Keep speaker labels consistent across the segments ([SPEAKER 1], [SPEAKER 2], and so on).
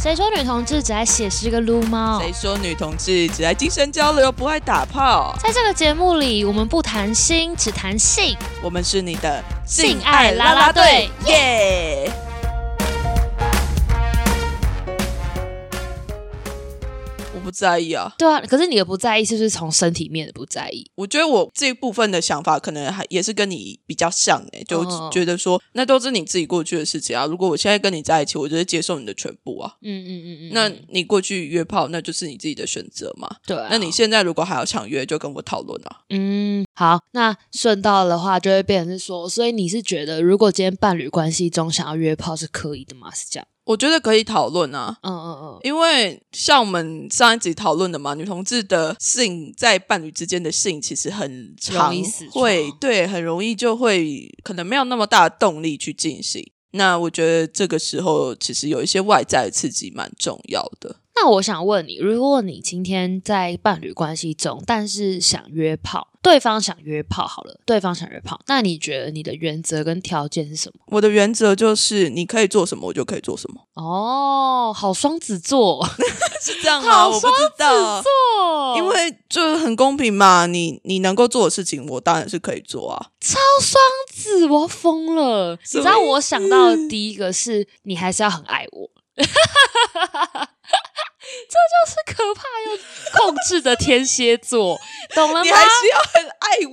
[SPEAKER 1] 谁说女同志只爱写诗跟撸猫？
[SPEAKER 2] 谁说女同志只爱精神交流，不爱打炮？
[SPEAKER 1] 在这个节目里，我们不谈心，只谈性。
[SPEAKER 2] 我们是你的
[SPEAKER 1] 性爱啦啦队
[SPEAKER 2] 耶！我不在意啊，
[SPEAKER 1] 对啊，可是你的不在意，是不是从身体面的不在意？
[SPEAKER 2] 我觉得我这部分的想法可能还也是跟你比较像诶、就
[SPEAKER 1] 哦
[SPEAKER 2] 觉得说那都是你自己过去的事情啊。如果我现在跟你在一起，我就是接受你的全部啊。
[SPEAKER 1] 嗯嗯嗯嗯
[SPEAKER 2] 那你过去约炮，那就是你自己的选择嘛。
[SPEAKER 1] 对啊
[SPEAKER 2] 那你现在如果还要想约，就跟我讨论啊。
[SPEAKER 1] 嗯好，那顺道的话就会变成是说，所以你是觉得，如果今天伴侣关系中想要约炮是可以的吗？是这样？
[SPEAKER 2] 我觉得可以讨论啊，
[SPEAKER 1] 嗯嗯嗯，
[SPEAKER 2] 因为像我们上一集讨论的嘛，女同志的性在伴侣之间的性其实很常
[SPEAKER 1] 容易死床
[SPEAKER 2] 会对，很容易就会可能没有那么大的动力去进行。那我觉得这个时候其实有一些外在的刺激蛮重要的。
[SPEAKER 1] 那我想问你，如果你今天在伴侣关系中，但是想约炮，对方想约炮，好了，对方想约炮，那你觉得你的原则跟条件是什么？
[SPEAKER 2] 我的原则就是，你可以做什么，我就可以做什么，
[SPEAKER 1] 哦，好双子座，
[SPEAKER 2] 是这样吗？
[SPEAKER 1] 好
[SPEAKER 2] 我不
[SPEAKER 1] 双
[SPEAKER 2] 知 道
[SPEAKER 1] 子，座，
[SPEAKER 2] 嗯因为就是很公平嘛，你你能够做的事情，我当然是可以做啊。
[SPEAKER 1] 子我要疯了。你
[SPEAKER 2] 什么
[SPEAKER 1] 知道我想到的第一个是你还是要很爱我， 这就是可怕又控制的天蝎座，懂了
[SPEAKER 2] 你
[SPEAKER 1] 吗
[SPEAKER 2] 还？是要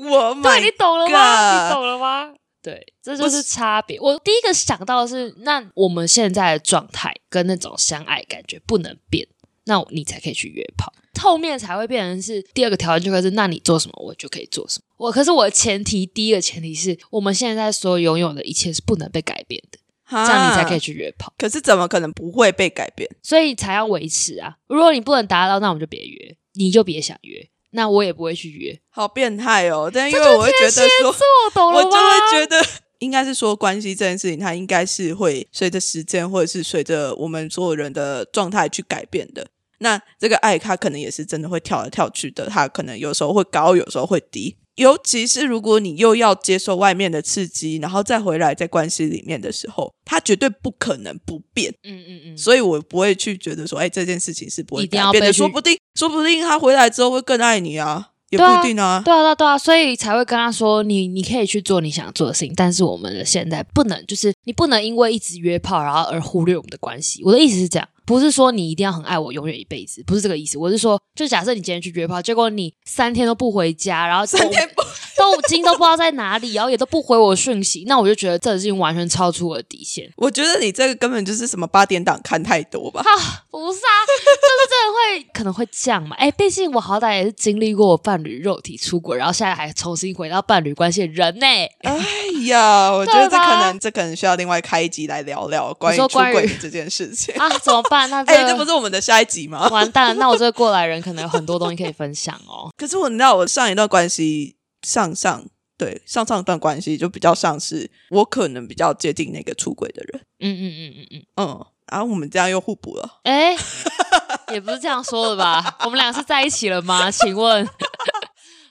[SPEAKER 2] 很爱我嘛？
[SPEAKER 1] 对你懂了吗？
[SPEAKER 2] God
[SPEAKER 1] 你懂了吗？对，这就
[SPEAKER 2] 不
[SPEAKER 1] 是
[SPEAKER 2] 是
[SPEAKER 1] 差别。我第一个想到的是，那我们现在的状态跟那种相爱感觉不能变，那你才可以去约炮。后面才会变成是第二个条件，就会是那你做什么，我就可以做什么。我可是我的前提，第一个前提是我们现在所拥有的一切是不能被改变的，
[SPEAKER 2] 这
[SPEAKER 1] 这样你才可以。去约炮，
[SPEAKER 2] 可是怎么可能不会被改变？
[SPEAKER 1] 所以才要维持啊。如果你不能达到，那我们就别约，你就别想约，那我也不会去约。
[SPEAKER 2] 好变态哦！但因为我会觉得说，
[SPEAKER 1] 我懂
[SPEAKER 2] 我
[SPEAKER 1] 了吗？
[SPEAKER 2] 就会觉得。应该是说关系这件事情，它应该是会随着时间，或者是随着我们所有人的状态去改变的。那这个爱，它可能也是真的会跳来跳去的，它可能有时候会高，有时候会低。尤其是如果你又要接受外面的刺激，然后再回来在关系里面的时候，它绝对不可能不变。
[SPEAKER 1] 嗯嗯嗯，
[SPEAKER 2] 所以我不会去觉得说，哎、这件事情是不会
[SPEAKER 1] 一定
[SPEAKER 2] 改
[SPEAKER 1] 要
[SPEAKER 2] 变
[SPEAKER 1] 被
[SPEAKER 2] 的，
[SPEAKER 1] 去
[SPEAKER 2] 说不定，说不定他回来之后会更爱你啊，也不
[SPEAKER 1] 对啊
[SPEAKER 2] 一定啊。
[SPEAKER 1] 对啊，对啊，对啊，所以才会跟他说，你你可以去做你想做的事情，但是我们的现在不能，就是你不能因为一直约炮，然后而忽略我们的关系。我的意思是这样，不是说你一定要很爱我，永远一辈子，不是这个意思。我是说，就假设你今天去约炮，结果你三天都不回家，然后
[SPEAKER 2] 三天不
[SPEAKER 1] 都已经都不知道在哪里，然后也都不回我讯息，那我就觉得这已经完全超出我的底线。
[SPEAKER 2] 我觉得你这个根本就是什么八点档看太多 吧。
[SPEAKER 1] 啊，不是啊，就是真的会可能会这样嘛？哎，毕竟我好歹也是经历过我伴侣肉体出轨，然后现在还重新回到伴侣关系的人呢、
[SPEAKER 2] 哎呀，我觉得这
[SPEAKER 1] 对吧
[SPEAKER 2] 可能这可能需要另外开一集来聊聊关于
[SPEAKER 1] 你说
[SPEAKER 2] 出
[SPEAKER 1] 关于
[SPEAKER 2] 轨这件 事 情。
[SPEAKER 1] 啊，怎么办？那
[SPEAKER 2] 哎、
[SPEAKER 1] 这,、
[SPEAKER 2] 这不是我们的下一集吗？
[SPEAKER 1] 完蛋了？那我这个过来人可能有很多东西可以分享哦。
[SPEAKER 2] 可是我你知道，我上一段关系上上对上上段关系就比较像是我可能比较接近那个出轨的人，
[SPEAKER 1] 嗯嗯嗯嗯嗯，
[SPEAKER 2] 嗯，然后我们这样又互补了。
[SPEAKER 1] 哎、 也不是这样说的吧？我们俩是在一起了吗？请 问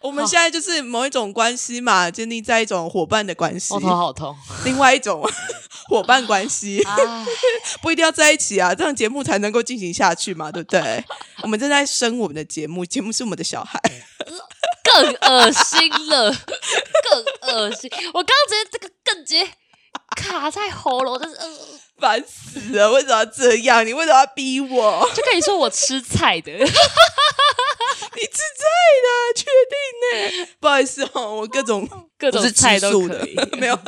[SPEAKER 2] 我们现在就是某一种关系嘛，建立在一种伙伴的关系
[SPEAKER 1] 我，头哦好痛，
[SPEAKER 2] 另外一种 伙伴关系，
[SPEAKER 1] 哎，
[SPEAKER 2] 不一定要在一起啊，这样节目才能够进行下去嘛，对不对？我们正在生我们的节目，节目是我们的小孩，
[SPEAKER 1] 更恶心了，更恶心！我刚刚直接这个更直接卡在喉咙，就是呃。
[SPEAKER 2] 烦死了！为什么要这样？你为什么要 逼我？
[SPEAKER 1] 就跟你说我吃菜 的，
[SPEAKER 2] 你吃菜的，确定呢、不好意思哦，我各种
[SPEAKER 1] 各
[SPEAKER 2] 不
[SPEAKER 1] 种
[SPEAKER 2] 是
[SPEAKER 1] 菜
[SPEAKER 2] 吃
[SPEAKER 1] 都
[SPEAKER 2] 素
[SPEAKER 1] 可
[SPEAKER 2] 的
[SPEAKER 1] 以。，
[SPEAKER 2] 没有。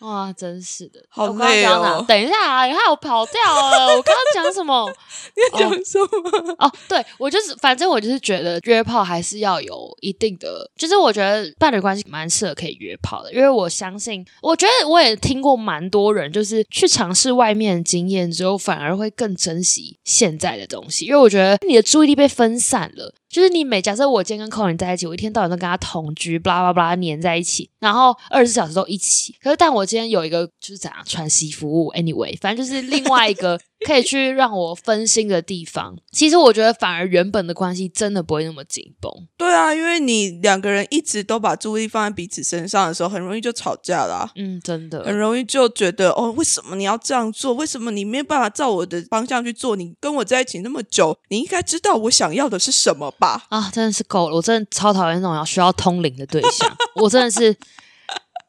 [SPEAKER 1] 哇，真是的，
[SPEAKER 2] 好
[SPEAKER 1] 我刚刚
[SPEAKER 2] 累
[SPEAKER 1] 讲哪
[SPEAKER 2] 哦
[SPEAKER 1] 等一下啊，你看我跑掉了，我刚刚讲什么？
[SPEAKER 2] 你在讲什么？
[SPEAKER 1] 哦，对我就是，反正我就是觉得约炮还是要有一定的，就是我觉得伴侣关系蛮适合可以约炮的，因为我相信，我觉得我也听过蛮多人，就是去尝试外面的经验之后，反而会更珍惜现在的东西，因为我觉得你的注意力被分散了。就是你每假设我今天跟 Colin 在一起，我一天到晚都跟他同居，巴拉巴拉黏在一起，然后二十四小时都一起。可是但我今天有一个就是怎样喘息服务，anyway，反正就是另外一个可以去让我分心的地方。其实我觉得，反而原本的关系真的不会那么紧绷。
[SPEAKER 2] 对啊，因为你两个人一直都把注意力放在彼此身上的时候，很容易就吵架啦、
[SPEAKER 1] 嗯，真的，
[SPEAKER 2] 很容易就觉得哦，为什么你要这样做？为什么你没有办法照我的方向去做？你跟我在一起那么久，你应该知道我想要的是什么吧？
[SPEAKER 1] 啊，真的是够了！我真的超讨厌那种要需要通灵的对象，我真的是，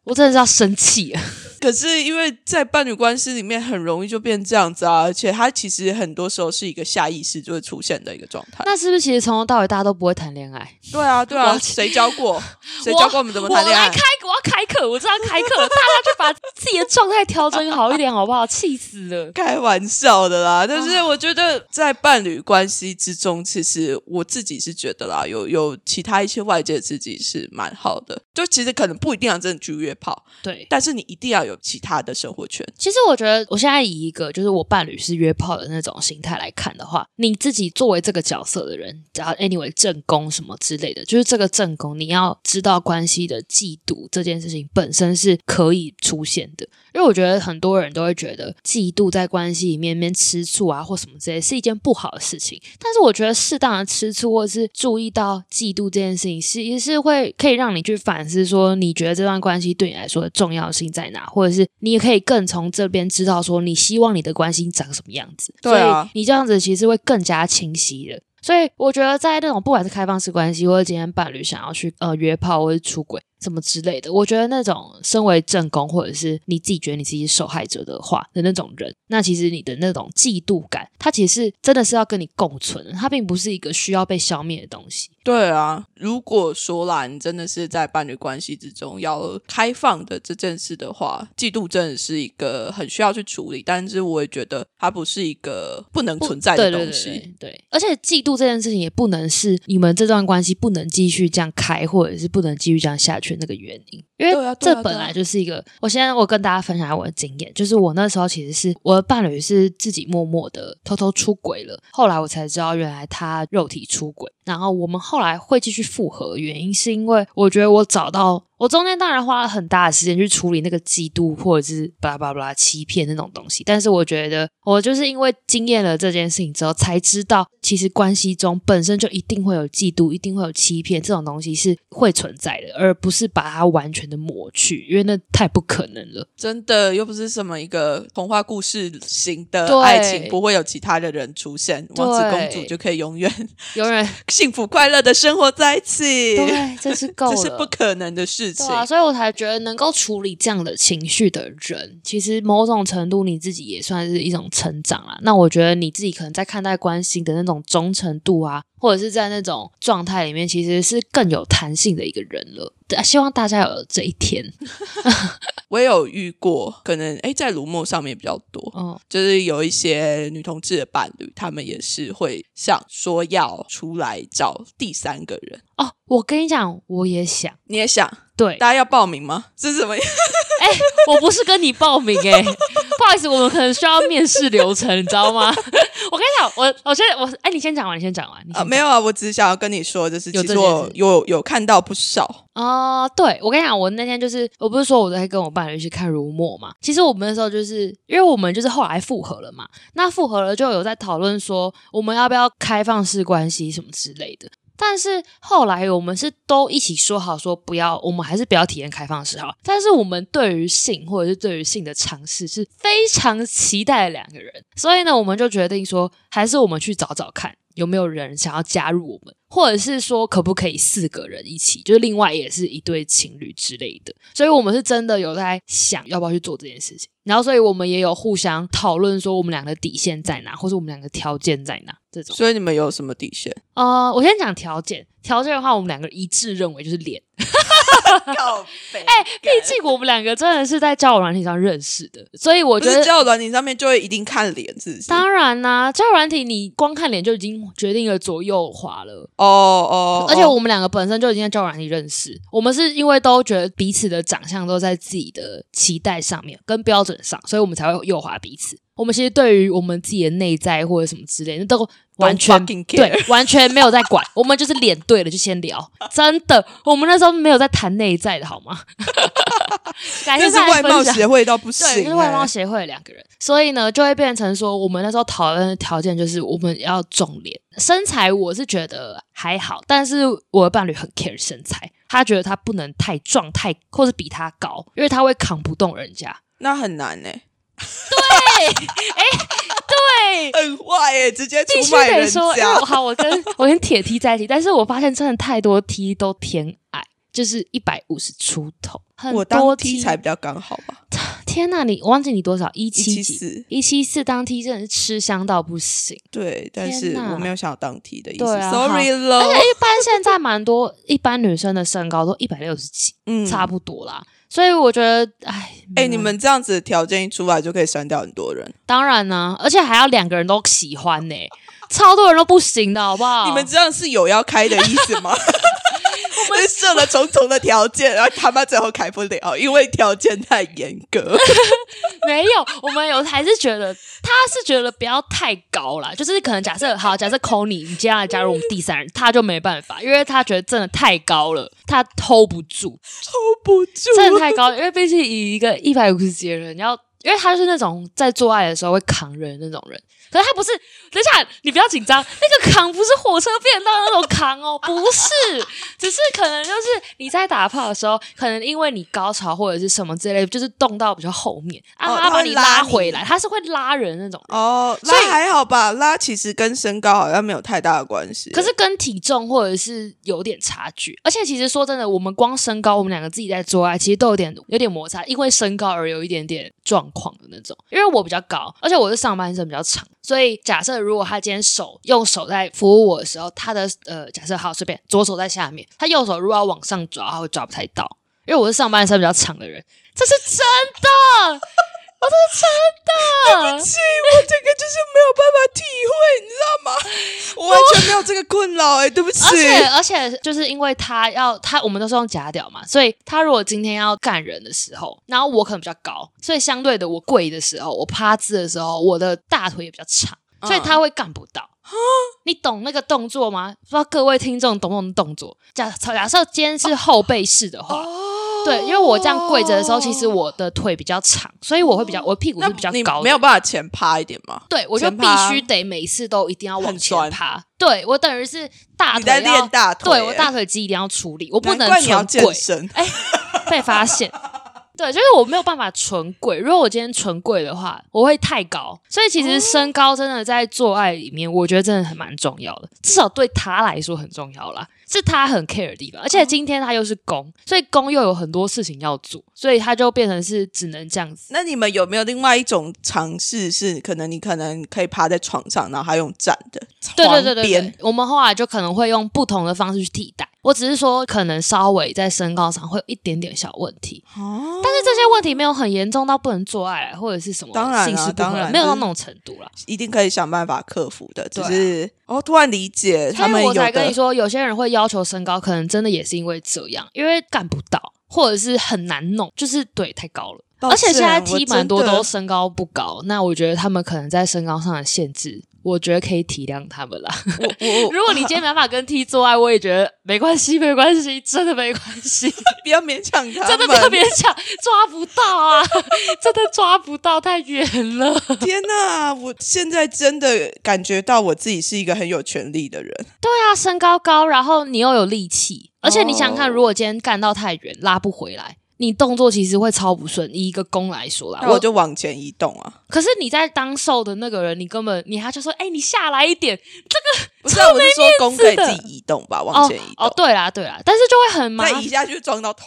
[SPEAKER 1] 我真的是要生气了。
[SPEAKER 2] 可是因为在伴侣关系里面，很容易就变这样子啊，而且它其实很多时候是一个下意识就会出现的一个状态。
[SPEAKER 1] 那是不是其实从头到尾大家都不会谈恋爱？
[SPEAKER 2] 对啊，对
[SPEAKER 1] 我
[SPEAKER 2] 啊，
[SPEAKER 1] 要
[SPEAKER 2] 谁教 过？谁教过我们怎么谈
[SPEAKER 1] 我
[SPEAKER 2] 恋
[SPEAKER 1] 来
[SPEAKER 2] 爱
[SPEAKER 1] 开？，我要开课，我知道开课了，大家就把自己的状态调整好一点，好不好？气死了！
[SPEAKER 2] 开玩笑的
[SPEAKER 1] 啊
[SPEAKER 2] 啦，但是我觉得在伴侣关系之中，其实我自己是觉得啦，有有其他一些外界的刺激是蛮好的。就其实可能不一定要真的去约炮，
[SPEAKER 1] 对，
[SPEAKER 2] 但是你一定要有其他的生活圈。
[SPEAKER 1] 其实我觉得，我现在以一个就是我伴侣是约炮的那种心态来看的话，你自己作为这个角色的人，然后 anyway 正宫什么之类的，就是这个正宫，你要知道关系的嫉妒这件事情本身是可以出现的，因为我觉得很多人都会觉得嫉妒在关系里面面吃醋啊或什么之类是一件不好的事情，但是我觉得适当的吃醋或者是注意到嫉妒这件事情，是也是会可以让你去反思说，你觉得这段关系对你来说的重要性在哪，或者是你也可以更从这边知道说，你希望你的关系长什么样子。
[SPEAKER 2] 对啊
[SPEAKER 1] 所以你这样子其实会更加清晰的。所以我觉得，在那种不管是开放式关系，或者今天伴侣想要去呃约炮或者出轨什么之类的，我觉得那种身为正宫，或者是你自己觉得你自己是受害者的话的那种人，那其实你的那种嫉妒感，它其实真的是要跟你共存的，它并不是一个需要被消灭的东西。
[SPEAKER 2] 对啊，如果说啦，你真的是在伴侣关系之中要开放的这件事的话，嫉妒真的是一个很需要去处理，但是我也觉得它不是一个不能
[SPEAKER 1] 不
[SPEAKER 2] 存在的
[SPEAKER 1] 对
[SPEAKER 2] 东西。
[SPEAKER 1] 对对对对，而且嫉妒这件事情也不能是你们这段关系不能继续这样开，或者是不能继续这样下去那个原因，因
[SPEAKER 2] 对
[SPEAKER 1] 为
[SPEAKER 2] 啊对啊
[SPEAKER 1] 这本来就是一个。我现在我跟大家分享一下我的经验，就是我那时候其实是我的伴侣是自己默默的偷偷出轨了，后来我才知道原来他肉体出轨，然后我们后来会继续复合，原因是因为我觉得我找到。我中间当然花了很大的时间去处理那个嫉妒或者是巴拉巴拉巴拉欺骗那种东西，但是我觉得我就是因为经验了这件事情之后，才知道其实关系中本身就一定会有嫉妒，一定会有欺骗这种东西是会存在的，而不是把它完全的抹去，因为那太不可能了。
[SPEAKER 2] 真的又不是什么一个童话故事型的
[SPEAKER 1] 对
[SPEAKER 2] 爱情，不会有其他的人出现，王子
[SPEAKER 1] 对
[SPEAKER 2] 公主就可以永远
[SPEAKER 1] 有人
[SPEAKER 2] 幸福快乐的生活在一起，
[SPEAKER 1] 对，这是够 了，
[SPEAKER 2] 这是不可能的事
[SPEAKER 1] 对。
[SPEAKER 2] 情
[SPEAKER 1] 啊，所以我才觉得能够处理这样的情绪的人，其实某种程度你自己也算是一种成长啦。那我觉得你自己可能在看待关系的那种忠诚度啊，或者是在那种状态里面，其实是更有弹性的一个人了。对啊希望大家有这一天。
[SPEAKER 2] 我也有遇过，可能诶在卢墨上面比较多，
[SPEAKER 1] 嗯，
[SPEAKER 2] 就是有一些女同志的伴侣，他们也是会想说要出来找第三个人。
[SPEAKER 1] 哦，我跟你讲，我也想。
[SPEAKER 2] 你也想，
[SPEAKER 1] 对，
[SPEAKER 2] 大家要报名吗？是 什么？
[SPEAKER 1] 哎、我不是跟你报名哎、 不好意思，我们可能需要面试流程，你知道吗？ 我跟你讲，我我现在我哎、你先讲完，你先讲完，你
[SPEAKER 2] 啊，
[SPEAKER 1] 先
[SPEAKER 2] 没有啊，我只是想要跟你说，就是
[SPEAKER 1] 有
[SPEAKER 2] 其
[SPEAKER 1] 这
[SPEAKER 2] 实
[SPEAKER 1] 件
[SPEAKER 2] 我
[SPEAKER 1] 事
[SPEAKER 2] 有有看到不少，
[SPEAKER 1] 哦、对我跟你讲，我那天就是，我不是说我在跟我伴侣去看《如墨》嘛？其实我们那时候就是，因为我们就是后来复合了嘛，那复合了就有在讨论说我们要不要开放式关系什么之类的。但是后来我们是都一起说好说不要，我们还是不要体验开放式好了。但是我们对于性或者是对于性的尝试是非常期待的两个人，所以呢，我们就决定说，还是我们去找找看有没有人想要加入我们，或者是说可不可以四个人一起，就是另外也是一对情侣之类的。所以我们是真的有在想要不要去做这件事情，然后所以我们也有互相讨论说我们两个底线在哪，或者我们两个条件在哪这种。
[SPEAKER 2] 所以你们有什么底线？
[SPEAKER 1] 呃，我先讲条件，条件的话，我们两个一致认为就是脸。
[SPEAKER 2] 告白，
[SPEAKER 1] 哎、毕竟我们两个真的是在交友软体上认识的，所以我
[SPEAKER 2] 不
[SPEAKER 1] 觉
[SPEAKER 2] 是
[SPEAKER 1] 得。
[SPEAKER 2] 交友软体上面就会一定看脸，是不是？
[SPEAKER 1] 当然啦、交友软体你光看脸就已经决定了左右滑了，
[SPEAKER 2] 哦哦，
[SPEAKER 1] 而且
[SPEAKER 2] 哦
[SPEAKER 1] 我们两个本身就已经在交友软体认识，我们是因为都觉得彼此的长相都在自己的期待上面跟标准上，所以我们才会右滑彼此。我们其实对于我们自己的内在或者什么之类的都完全
[SPEAKER 2] fucking care
[SPEAKER 1] 对，完全没有在管。 我们就是脸对了就先聊，真的，我们那时候没有在谈内在的好 吗？改
[SPEAKER 2] 这
[SPEAKER 1] 天
[SPEAKER 2] 是
[SPEAKER 1] 再来
[SPEAKER 2] 外
[SPEAKER 1] 分
[SPEAKER 2] 貌
[SPEAKER 1] 享。
[SPEAKER 2] 协会哎到不行、欸
[SPEAKER 1] 对，就是外貌协会的两个人，所以呢，就会变成说，我们那时候讨论的条件就是我们要重脸，身材我是觉得还好，但是我的伴侣很 care 身材，他觉得他不能太壮太，或是比他高，因为他会扛不动人家。
[SPEAKER 2] 那很难欸呢、
[SPEAKER 1] 对，
[SPEAKER 2] 很坏哎、直 接
[SPEAKER 1] 必
[SPEAKER 2] 出
[SPEAKER 1] 须
[SPEAKER 2] 卖
[SPEAKER 1] 得
[SPEAKER 2] 人
[SPEAKER 1] 说，因
[SPEAKER 2] 家
[SPEAKER 1] 为。好，我 跟我跟铁 T 在一起，但是我发现真的太多 T 都偏矮，就是一百五十出头，很
[SPEAKER 2] 我
[SPEAKER 1] 多
[SPEAKER 2] 当
[SPEAKER 1] T
[SPEAKER 2] T 才比较刚好吧，
[SPEAKER 1] 天呐，你我忘记你多少一七几？
[SPEAKER 2] 四
[SPEAKER 1] 一七四当 T 真的是吃香到不行，
[SPEAKER 2] 对，但
[SPEAKER 1] 天
[SPEAKER 2] 是
[SPEAKER 1] 哪
[SPEAKER 2] 我没有想要当 T 的意思
[SPEAKER 1] 对啊
[SPEAKER 2] ，sorry
[SPEAKER 1] 而且
[SPEAKER 2] 喽。
[SPEAKER 1] 一般现在蛮多一般女生的身高都一百六十几，
[SPEAKER 2] 嗯
[SPEAKER 1] 差不多啦。所以我觉得，哎，
[SPEAKER 2] 哎、你们这样子的条件一出来，就可以删掉很多人。
[SPEAKER 1] 当然呢、而且还要两个人都喜欢呢、超多人都不行的好不好？
[SPEAKER 2] 你们这样是有要开的意思吗？我们设了重重的条件，然后他妈最后开不了，因为条件太严 格。
[SPEAKER 1] 没有，我们有还是觉得他是觉得不要太高啦，就是可能假设好，假设 c o n y 你接下来加入我们第三人，他就没办法，因为他觉得真的太高了，他 hold 不住，
[SPEAKER 2] hold 不住，
[SPEAKER 1] 真的太高了，因为毕竟以一个一百五十几的人要。因为他是那种在做爱的时候会扛人的那种人，可是他不是。等一下，你不要紧张，那个扛不是火车便当那种扛哦，不是，只是可能就是你在打炮的时候，可能因为你高潮或者是什么之类的，就是动到比较后面，啊，
[SPEAKER 2] 哦
[SPEAKER 1] 他把
[SPEAKER 2] 他
[SPEAKER 1] 你
[SPEAKER 2] 拉
[SPEAKER 1] 拉
[SPEAKER 2] 你
[SPEAKER 1] 回来，他是会拉人那种人。
[SPEAKER 2] 哦，
[SPEAKER 1] 所以
[SPEAKER 2] 拉还好吧，拉其实跟身高好像没有太大的关系。
[SPEAKER 1] 可是跟体重或者是有点差距，而且其实说真的，我们光身高，我们两个自己在做爱，其实都有点有点摩擦，因为身高而有一点点状况的那种。因为我比较高，而且我是上半身比较长，所以假设如果他今天手用手在服务我的时候，他的呃假设好随便左手在下面，他右手如果要往上抓，他会抓不太到，因为我是上半身比较长的人，这是真的， 我这是真的。
[SPEAKER 2] 是我这个就是没有办法体会，你知道吗？我完全没有这个困扰，哎，对不起。
[SPEAKER 1] 而且而且就是因为他要他，我们都是用假屌嘛，所以他如果今天要干人的时候，然后我可能比较高，所以相对的我跪的时候，我趴姿的时候，我的大腿也比较长，所
[SPEAKER 2] 嗯
[SPEAKER 1] 以他会干不到。
[SPEAKER 2] 啊
[SPEAKER 1] 你懂那个动作吗？不知道各位听众懂不懂动作？假假设今天是后背式的话，
[SPEAKER 2] 哦
[SPEAKER 1] 对，因为我这样跪着的时候，其实我的腿比较长，所以我会比较我的屁股
[SPEAKER 2] 哦那
[SPEAKER 1] 是比较
[SPEAKER 2] 你
[SPEAKER 1] 高的，
[SPEAKER 2] 没有办法前趴一点吗？
[SPEAKER 1] 对，我就
[SPEAKER 2] 前
[SPEAKER 1] 必
[SPEAKER 2] 趴
[SPEAKER 1] 须得每次都一定要往
[SPEAKER 2] 很酸
[SPEAKER 1] 前爬。对我等于是大
[SPEAKER 2] 你
[SPEAKER 1] 腿
[SPEAKER 2] 在
[SPEAKER 1] 要
[SPEAKER 2] 练大腿
[SPEAKER 1] 对我
[SPEAKER 2] 欸
[SPEAKER 1] 大腿肌一定要处理，我不能
[SPEAKER 2] 难怪你要
[SPEAKER 1] 纯
[SPEAKER 2] 健
[SPEAKER 1] 跪，
[SPEAKER 2] 身，
[SPEAKER 1] 被发现。对，就是我没有办法纯跪。如果我今天纯跪的话，我会太高，所以其
[SPEAKER 2] 哦
[SPEAKER 1] 实身高真的在做爱里面，我觉得真的很蛮重要的，至少对他来说很重要啦，是他很 care 的地方。而
[SPEAKER 2] 哦
[SPEAKER 1] 且今天他又是公，所以公又有很多事情要做，所以他就变成是只能这样子。
[SPEAKER 2] 那你们有没有另外一种尝试是，可能你可能可以趴在床上，然后还用站的，
[SPEAKER 1] 对对对对
[SPEAKER 2] 边
[SPEAKER 1] 对，我们后来就可能会用不同的方式去替代。我只是说，可能稍微在身高上会有一点点小问题，
[SPEAKER 2] 哦，
[SPEAKER 1] 但是这些问题没有很严重到不能做爱或者是什么
[SPEAKER 2] 当然啊
[SPEAKER 1] 性事不
[SPEAKER 2] 当
[SPEAKER 1] 合
[SPEAKER 2] 然
[SPEAKER 1] 没有
[SPEAKER 2] 就
[SPEAKER 1] 到
[SPEAKER 2] 是
[SPEAKER 1] 那种程度啦。
[SPEAKER 2] 一定可以想办法克服的。只
[SPEAKER 1] 对啊
[SPEAKER 2] 是、哦，突然理解他
[SPEAKER 1] 所
[SPEAKER 2] 们
[SPEAKER 1] 以
[SPEAKER 2] 有
[SPEAKER 1] 我才跟
[SPEAKER 2] 的
[SPEAKER 1] 你说，有些人会要求身高，可能真的也是因为这样，因为干不到，或者是很难弄，就是对太高了。
[SPEAKER 2] 抱
[SPEAKER 1] 而且现在
[SPEAKER 2] 歉啊我
[SPEAKER 1] T 蛮多
[SPEAKER 2] 真的
[SPEAKER 1] 都身高不高，那我觉得他们可能在身高上的限制，我觉得可以体谅他们啦。
[SPEAKER 2] 我我
[SPEAKER 1] 如果你今天没办法跟 T 做爱，我也觉得没关系，没关系，真的没关 系，
[SPEAKER 2] 不要勉强他们，
[SPEAKER 1] 真的特别想抓不到啊， 真的抓不到，太远了。
[SPEAKER 2] 天哪、我现在真的感觉到我自己是一个很有权利的人。
[SPEAKER 1] 对啊，身高高，然后你又有力气，而且你想想看，
[SPEAKER 2] 哦
[SPEAKER 1] 如果今天干到太远，拉不回来。你动作其实会超不顺，以一个攻来说啦，
[SPEAKER 2] 那我就往前移动啊！
[SPEAKER 1] 可是你在当受的那个人，你根本你还就说，哎、你下来一点
[SPEAKER 2] 不是、啊，我是说弓可以
[SPEAKER 1] 的
[SPEAKER 2] 自己移动吧，往
[SPEAKER 1] 哦
[SPEAKER 2] 前移动，
[SPEAKER 1] 哦，对啦对啦，但是就会很麻
[SPEAKER 2] 再
[SPEAKER 1] 烦
[SPEAKER 2] 移，下去撞到头。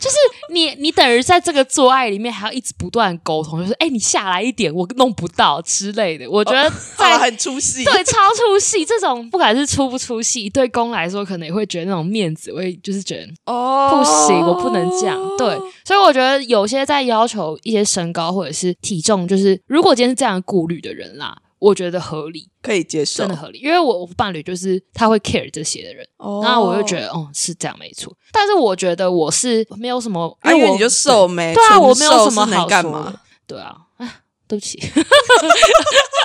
[SPEAKER 1] 就是你，你等于在这个做爱里面还要一直不断沟通，就是哎、你下来一点，我弄不到之类的。我觉得
[SPEAKER 2] 哦好
[SPEAKER 1] 在、
[SPEAKER 2] 了，很出戏。
[SPEAKER 1] 对超出戏这种，不管是出不出戏，对公来说可能也会觉得那种面子，会就是觉得
[SPEAKER 2] 哦
[SPEAKER 1] 不行，我不能这样。对，所以我觉得有些在要求一些身高或者是体重，就是如果今天是这样顾虑的人啦，我觉得合理，
[SPEAKER 2] 可以接受
[SPEAKER 1] 真的。合理，因为我我伴侣就是他会 care 这些的人。
[SPEAKER 2] 哦
[SPEAKER 1] 那我就觉得，哦、是这样没错。但是我觉得我是没有什么，
[SPEAKER 2] 啊，因为
[SPEAKER 1] 我
[SPEAKER 2] 你就瘦没？
[SPEAKER 1] 对啊，
[SPEAKER 2] 纯
[SPEAKER 1] 我没有
[SPEAKER 2] 瘦
[SPEAKER 1] 什么
[SPEAKER 2] 是能
[SPEAKER 1] 好
[SPEAKER 2] 干
[SPEAKER 1] 说
[SPEAKER 2] 嘛
[SPEAKER 1] 的？对啊，唉对不起， 烦死了！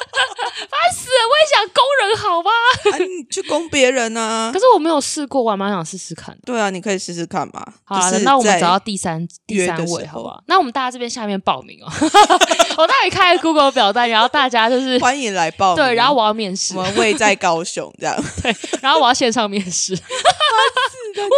[SPEAKER 1] 我也想攻人好吧，
[SPEAKER 2] 啊，你去攻别人啊
[SPEAKER 1] 可。是我没有试过，我还蛮想试试看的。
[SPEAKER 2] 对啊，你可以试试看嘛。
[SPEAKER 1] 好啦，
[SPEAKER 2] 就是
[SPEAKER 1] 那我们
[SPEAKER 2] 在
[SPEAKER 1] 找到第三第
[SPEAKER 2] 约
[SPEAKER 1] 三
[SPEAKER 2] 的时
[SPEAKER 1] 位，好不
[SPEAKER 2] 候
[SPEAKER 1] 好？那我们大家这边下面报名哦。 我待会开了 Google 表单，然后大家就是
[SPEAKER 2] 欢迎来报名
[SPEAKER 1] 对，然后我要面试
[SPEAKER 2] 我，们位在高雄，这样
[SPEAKER 1] 对，然后我要线上面试。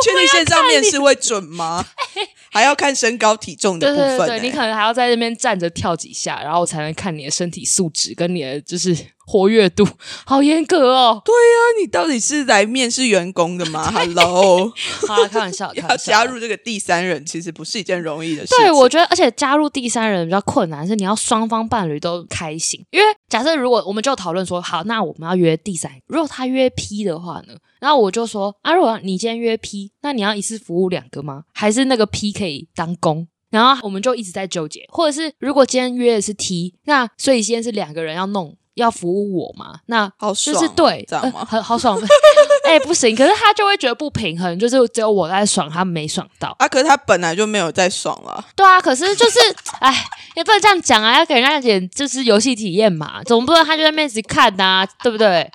[SPEAKER 2] 确定线上面试会准吗？ 还要看身高体重的
[SPEAKER 1] 对
[SPEAKER 2] 部
[SPEAKER 1] 对
[SPEAKER 2] 分、
[SPEAKER 1] 对，
[SPEAKER 2] 欸。
[SPEAKER 1] 你可能还要在那边站着跳几下，然后我才能看你的身体素质跟你的就是活跃度，好严格哦。
[SPEAKER 2] 那你到底是来面试员工的 吗？Hello，
[SPEAKER 1] 好啊啦，开玩笑，开
[SPEAKER 2] 要
[SPEAKER 1] 玩笑。
[SPEAKER 2] 加入这个第三人，其实不是一件容易的事情。
[SPEAKER 1] 对，我觉得，而且加入第三人比较困难，是你要双方伴侣都开心。因为假设如果我们就讨论说，好，那我们要约第三，如果他约 P 的话呢，然后我就说，啊，如果你今天约 P，那你要一次服务两个吗？还是那个 P 可以当工？然后我们就一直在纠结，或者是如果今天约的是 T，那所以今天是两个人要弄要服务我嘛？那
[SPEAKER 2] 好
[SPEAKER 1] 就
[SPEAKER 2] 爽，
[SPEAKER 1] 是对，
[SPEAKER 2] 这样吗？
[SPEAKER 1] 很、好爽。 哎、不行，可是他就会觉得不平衡，就是只有我在爽，他没爽到。
[SPEAKER 2] 啊，可是他本来就没有在爽了，
[SPEAKER 1] 对啊，可是就是， 哎，也不能这样讲啊，要给人家一点就是游戏体验嘛，总不能他就在那边一直看呐、对不对？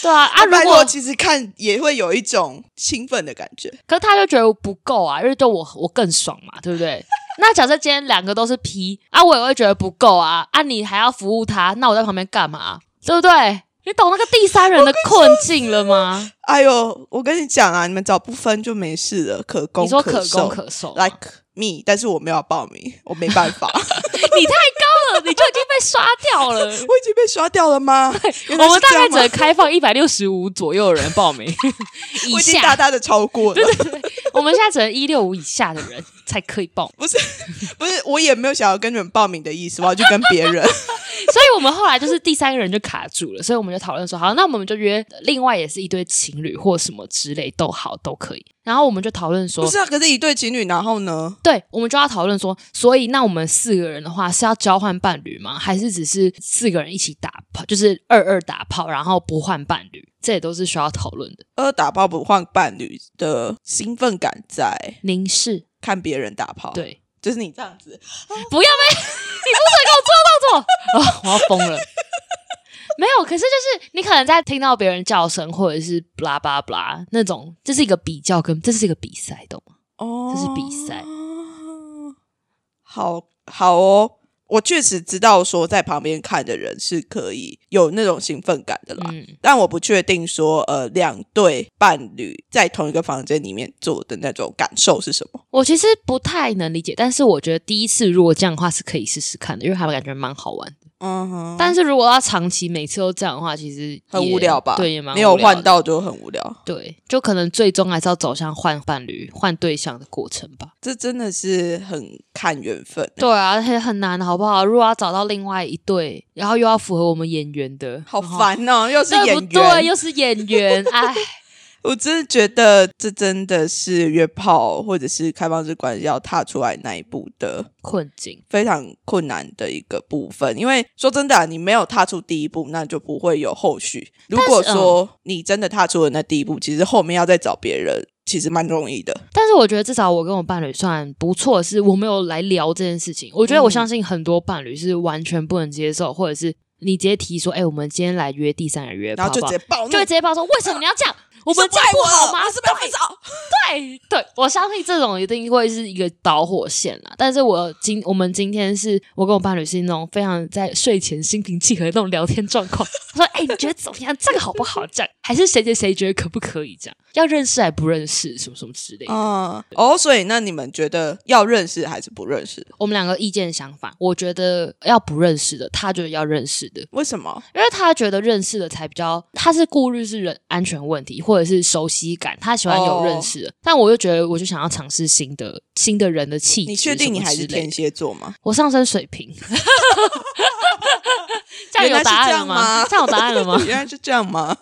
[SPEAKER 1] 对啊，啊，如
[SPEAKER 2] 拜
[SPEAKER 1] 果
[SPEAKER 2] 托，其实看也会有一种兴奋的感觉。
[SPEAKER 1] 可是他就觉得不够啊，因为对我我更爽嘛，对不对？ 那假设今天两个都是 P 啊，我也会觉得不够啊，啊，你还要服务他，那我在旁边干嘛？对不对？你懂那个第三人的困境了 吗？
[SPEAKER 2] 哎呦，我跟你讲啊，你们找不分就没事了，可攻
[SPEAKER 1] 你说
[SPEAKER 2] 可
[SPEAKER 1] 可攻
[SPEAKER 2] 受
[SPEAKER 1] 可受啊 吗
[SPEAKER 2] like me，但是我没有要报名，我没办 法，我
[SPEAKER 1] 你太高了，你就已经被刷掉了。
[SPEAKER 2] 已经被刷掉 了吗？ 原来
[SPEAKER 1] 我们
[SPEAKER 2] 是
[SPEAKER 1] 大
[SPEAKER 2] 这
[SPEAKER 1] 概
[SPEAKER 2] 样
[SPEAKER 1] 只
[SPEAKER 2] 吗
[SPEAKER 1] 能开放一百六十五左右的人报 名，以
[SPEAKER 2] 我已经
[SPEAKER 1] 下
[SPEAKER 2] 大大的超过了。
[SPEAKER 1] 我们现在只能一六五以下的人才可以报，
[SPEAKER 2] 不是 不是，我也没有想要跟你们报名的意思，我要去跟别人。
[SPEAKER 1] 所以我们后来就是第三个人就卡住了，所以我们就讨论说，好，那我们就约另外也是一对情侣或什么之类都好都可 以。然 后我们就讨论说
[SPEAKER 2] 不，是啊，可是一对情侣，然后呢？
[SPEAKER 1] 对，我们就要讨论说，所以那我们四个人的话是要交换伴侣吗？还是只是四个人一起打炮，就是二二打炮，然后不换伴侣？这也都是需要讨论的。
[SPEAKER 2] 二呃打炮不换伴侣的兴奋感在
[SPEAKER 1] 凝视，
[SPEAKER 2] 看别人打炮，，
[SPEAKER 1] 对，
[SPEAKER 2] 就是你这样子，
[SPEAKER 1] 不要呗， 你不准给我做动作啊、我要疯 了。没有，可是就是你可能在听到别人叫声或者是 blah blah blah 那种，这是一个比较跟这是一个比赛，懂吗？
[SPEAKER 2] 哦
[SPEAKER 1] 这是比赛，
[SPEAKER 2] 好好哦。我确实知道说，在旁边看的人是可以有那种兴奋感的啦，
[SPEAKER 1] 嗯，
[SPEAKER 2] 但我不确定说，呃，两对伴侣在同一个房间里面做的那种感受是什么。
[SPEAKER 1] 我其实不太能理解，但是我觉得第一次如果这样的话是可以试试看的，因为还感觉蛮好玩的。
[SPEAKER 2] 嗯哼
[SPEAKER 1] 但是如果要长期每次都这样的话，其实
[SPEAKER 2] 很
[SPEAKER 1] 也
[SPEAKER 2] 无聊吧？
[SPEAKER 1] 对，也蛮
[SPEAKER 2] 没有
[SPEAKER 1] 无聊的
[SPEAKER 2] 换，到就很无聊。
[SPEAKER 1] 对，就可能最终还是要走向换伴侣、换对象的过程吧。
[SPEAKER 2] 这真的是很看缘分。
[SPEAKER 1] 对啊，而且很难，好不好？如果要找到另外一对，然后又要符合我们演员的，
[SPEAKER 2] 好
[SPEAKER 1] 然后，
[SPEAKER 2] 烦哦，又是
[SPEAKER 1] 对
[SPEAKER 2] 演
[SPEAKER 1] 不对？
[SPEAKER 2] 员，
[SPEAKER 1] 又是演员， 哎，
[SPEAKER 2] 我真的觉得这真的是约炮或者是开放式关系要踏出来那一步的
[SPEAKER 1] 困境。
[SPEAKER 2] 非常困难的一个部分。因为说真的啊、你没有踏出第一步，那就不会有后续。如果
[SPEAKER 1] 嗯
[SPEAKER 2] 说你真的踏出了那第一步，其实后面要再找别人，其实蛮容易的。
[SPEAKER 1] 但是我觉得至少我跟我伴侣算不错，是我们有来聊这件事情。我觉得我
[SPEAKER 2] 嗯
[SPEAKER 1] 相信很多伴侣是完全不能接受，或者是你直接提说，哎、我们今天来约第三人约，
[SPEAKER 2] 然后就
[SPEAKER 1] 好不
[SPEAKER 2] 直接
[SPEAKER 1] 好
[SPEAKER 2] 暴怒，
[SPEAKER 1] 就会直接爆说，为什么你要这样？我
[SPEAKER 2] 我
[SPEAKER 1] 们这样不好吗？
[SPEAKER 2] 是不是要分手？
[SPEAKER 1] 对对，我相信这种一定会是一个导火线啦。但是我今我们今天是我跟我伴侣是那种非常在睡前心平气和的那种聊天状况。 我说：“哎、你觉得怎么样？这个好不好？这样还是谁谁谁觉得可不可以？这样要认识还不认识，什么什么之类的。
[SPEAKER 2] 嗯，哦，所以那你们觉得要认识还是不认识？
[SPEAKER 1] 我们两个意见相反，我觉得要不认识的，他觉得要认识的，
[SPEAKER 2] 为什么？
[SPEAKER 1] 因为他觉得认识的才比较，他是顾虑是人安全问题或者是熟悉感，他喜欢有认识的。
[SPEAKER 2] 哦
[SPEAKER 1] 但我就觉得，我就想要尝试新的新的人的气质。
[SPEAKER 2] 你确定你还
[SPEAKER 1] 什
[SPEAKER 2] 是
[SPEAKER 1] 么之类的
[SPEAKER 2] 天蝎座吗？
[SPEAKER 1] 我上升水 平。这样有答案了
[SPEAKER 2] 原来是这样吗？
[SPEAKER 1] 这样有答案了吗
[SPEAKER 2] 原来是这样吗？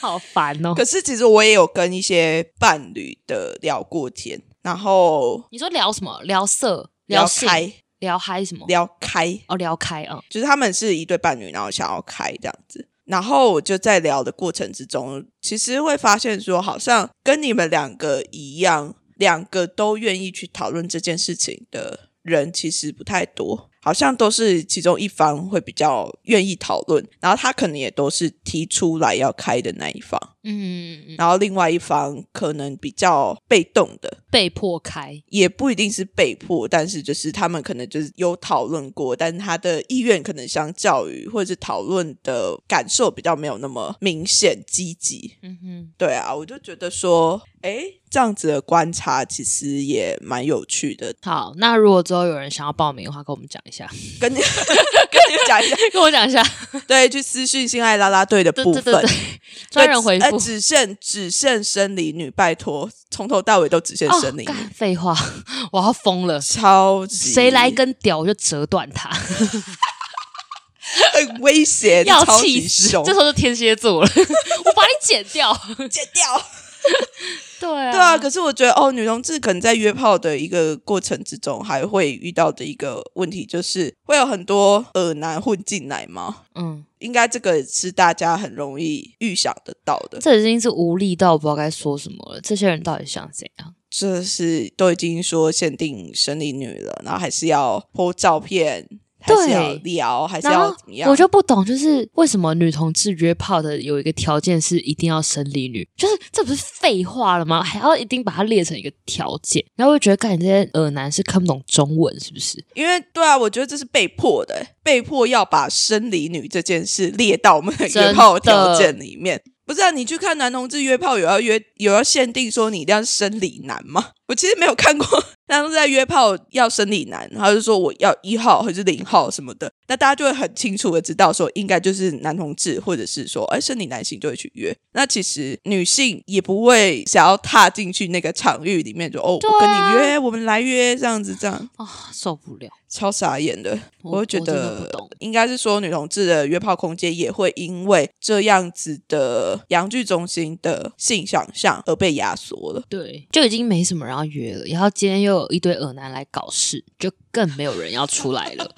[SPEAKER 1] 好烦哦！
[SPEAKER 2] 可是其实我也有跟一些伴侣的聊过天，然后
[SPEAKER 1] 你说聊什么？聊色、
[SPEAKER 2] 聊
[SPEAKER 1] 性、
[SPEAKER 2] 开
[SPEAKER 1] 聊嗨什么？
[SPEAKER 2] 聊开，
[SPEAKER 1] 哦，聊开啊！
[SPEAKER 2] 就是他们是一对伴侣，然后想要开这样子。然后我就在聊的过程之中，其实会发现说，好像跟你们两个一样，两个都愿意去讨论这件事情的人其实不太多。好像都是其中一方会比较愿意讨论，然后他可能也都是提出来要开的那一方，
[SPEAKER 1] 嗯，嗯嗯
[SPEAKER 2] 然后另外一方可能比较被动的，
[SPEAKER 1] 被迫开，
[SPEAKER 2] 也不一定是被迫，但是就是他们可能就是有讨论过，但是他的意愿可能相较于或者是讨论的感受比较没有那么明显积极。
[SPEAKER 1] 嗯哼，
[SPEAKER 2] 对啊，我就觉得说，诶，这样子的观察其实也蛮有趣的，
[SPEAKER 1] 好，那如果之后有人想要报名的话，跟我们讲一下，
[SPEAKER 2] 跟你 跟你讲一下，
[SPEAKER 1] 跟我讲一下，
[SPEAKER 2] 对，去私讯性爱拉拉队的
[SPEAKER 1] 对
[SPEAKER 2] 部
[SPEAKER 1] 对对
[SPEAKER 2] 分
[SPEAKER 1] 对，，专人回
[SPEAKER 2] 对
[SPEAKER 1] 复
[SPEAKER 2] 呃，。只限只限生理女，拜托，从头到尾都只限
[SPEAKER 1] 哦
[SPEAKER 2] 生理，女，
[SPEAKER 1] 干废话， 我要疯了。
[SPEAKER 2] 超级
[SPEAKER 1] 谁来跟屌我就折断他，
[SPEAKER 2] 很威胁，
[SPEAKER 1] 要
[SPEAKER 2] 哎超
[SPEAKER 1] 气
[SPEAKER 2] 级
[SPEAKER 1] 死！
[SPEAKER 2] 凶
[SPEAKER 1] 这，时候就天蝎座了， 我把你剪掉。
[SPEAKER 2] 剪掉。
[SPEAKER 1] 对啊，
[SPEAKER 2] 对啊，可是我觉得哦，女同志可能在约炮的一个过程之中，还会遇到的一个问题，就是会有很多耳男混进来吗？
[SPEAKER 1] 嗯，
[SPEAKER 2] 应该这个是大家很容易预想得到的，
[SPEAKER 1] 这已经是无力到我不知道该说什么了。这些人到底想怎样？
[SPEAKER 2] 这是都已经说限定生理女了，然后还是要 po 照片，还
[SPEAKER 1] 对
[SPEAKER 2] 是要聊，还是
[SPEAKER 1] 然
[SPEAKER 2] 要
[SPEAKER 1] 后
[SPEAKER 2] 怎么样？
[SPEAKER 1] 我就不懂，就是为什么女同志约炮的有一个条件是一定要生理女，就是这不是废话了吗？还要一定把它列成一个条件，然后我就觉得，干你这些耳男是看不懂中文是不是？
[SPEAKER 2] 因为对啊，我觉得这是被迫的，欸被迫要把生理女这件事列到我们的
[SPEAKER 1] 真
[SPEAKER 2] 约
[SPEAKER 1] 的
[SPEAKER 2] 炮条件里面。不是啊，你去看男同志约炮有要约有要限定说你一定要是生理男吗？ 我其实没有看过男同志在约炮要生理男，他就说我要一号或者是零号什么的，那大家就会很清楚的知道说应该就是男同志或者是说哎生理男性就会去约。那其实女性也不会想要踏进去那个场域里面，就哦、
[SPEAKER 1] 对
[SPEAKER 2] 我跟
[SPEAKER 1] 啊
[SPEAKER 2] 你约，我们来约这样子这样。
[SPEAKER 1] 啊、受不了！
[SPEAKER 2] 超傻眼的。
[SPEAKER 1] 我
[SPEAKER 2] 我会觉
[SPEAKER 1] 我真的不
[SPEAKER 2] 得
[SPEAKER 1] 懂，
[SPEAKER 2] 应该是说女同志的约炮空间也会因为这样子的阳具中心的性想象而被压缩了。
[SPEAKER 1] 对，就已经没什么人要约了，然后今天又有一堆耳男来搞事，就更没有人要出来了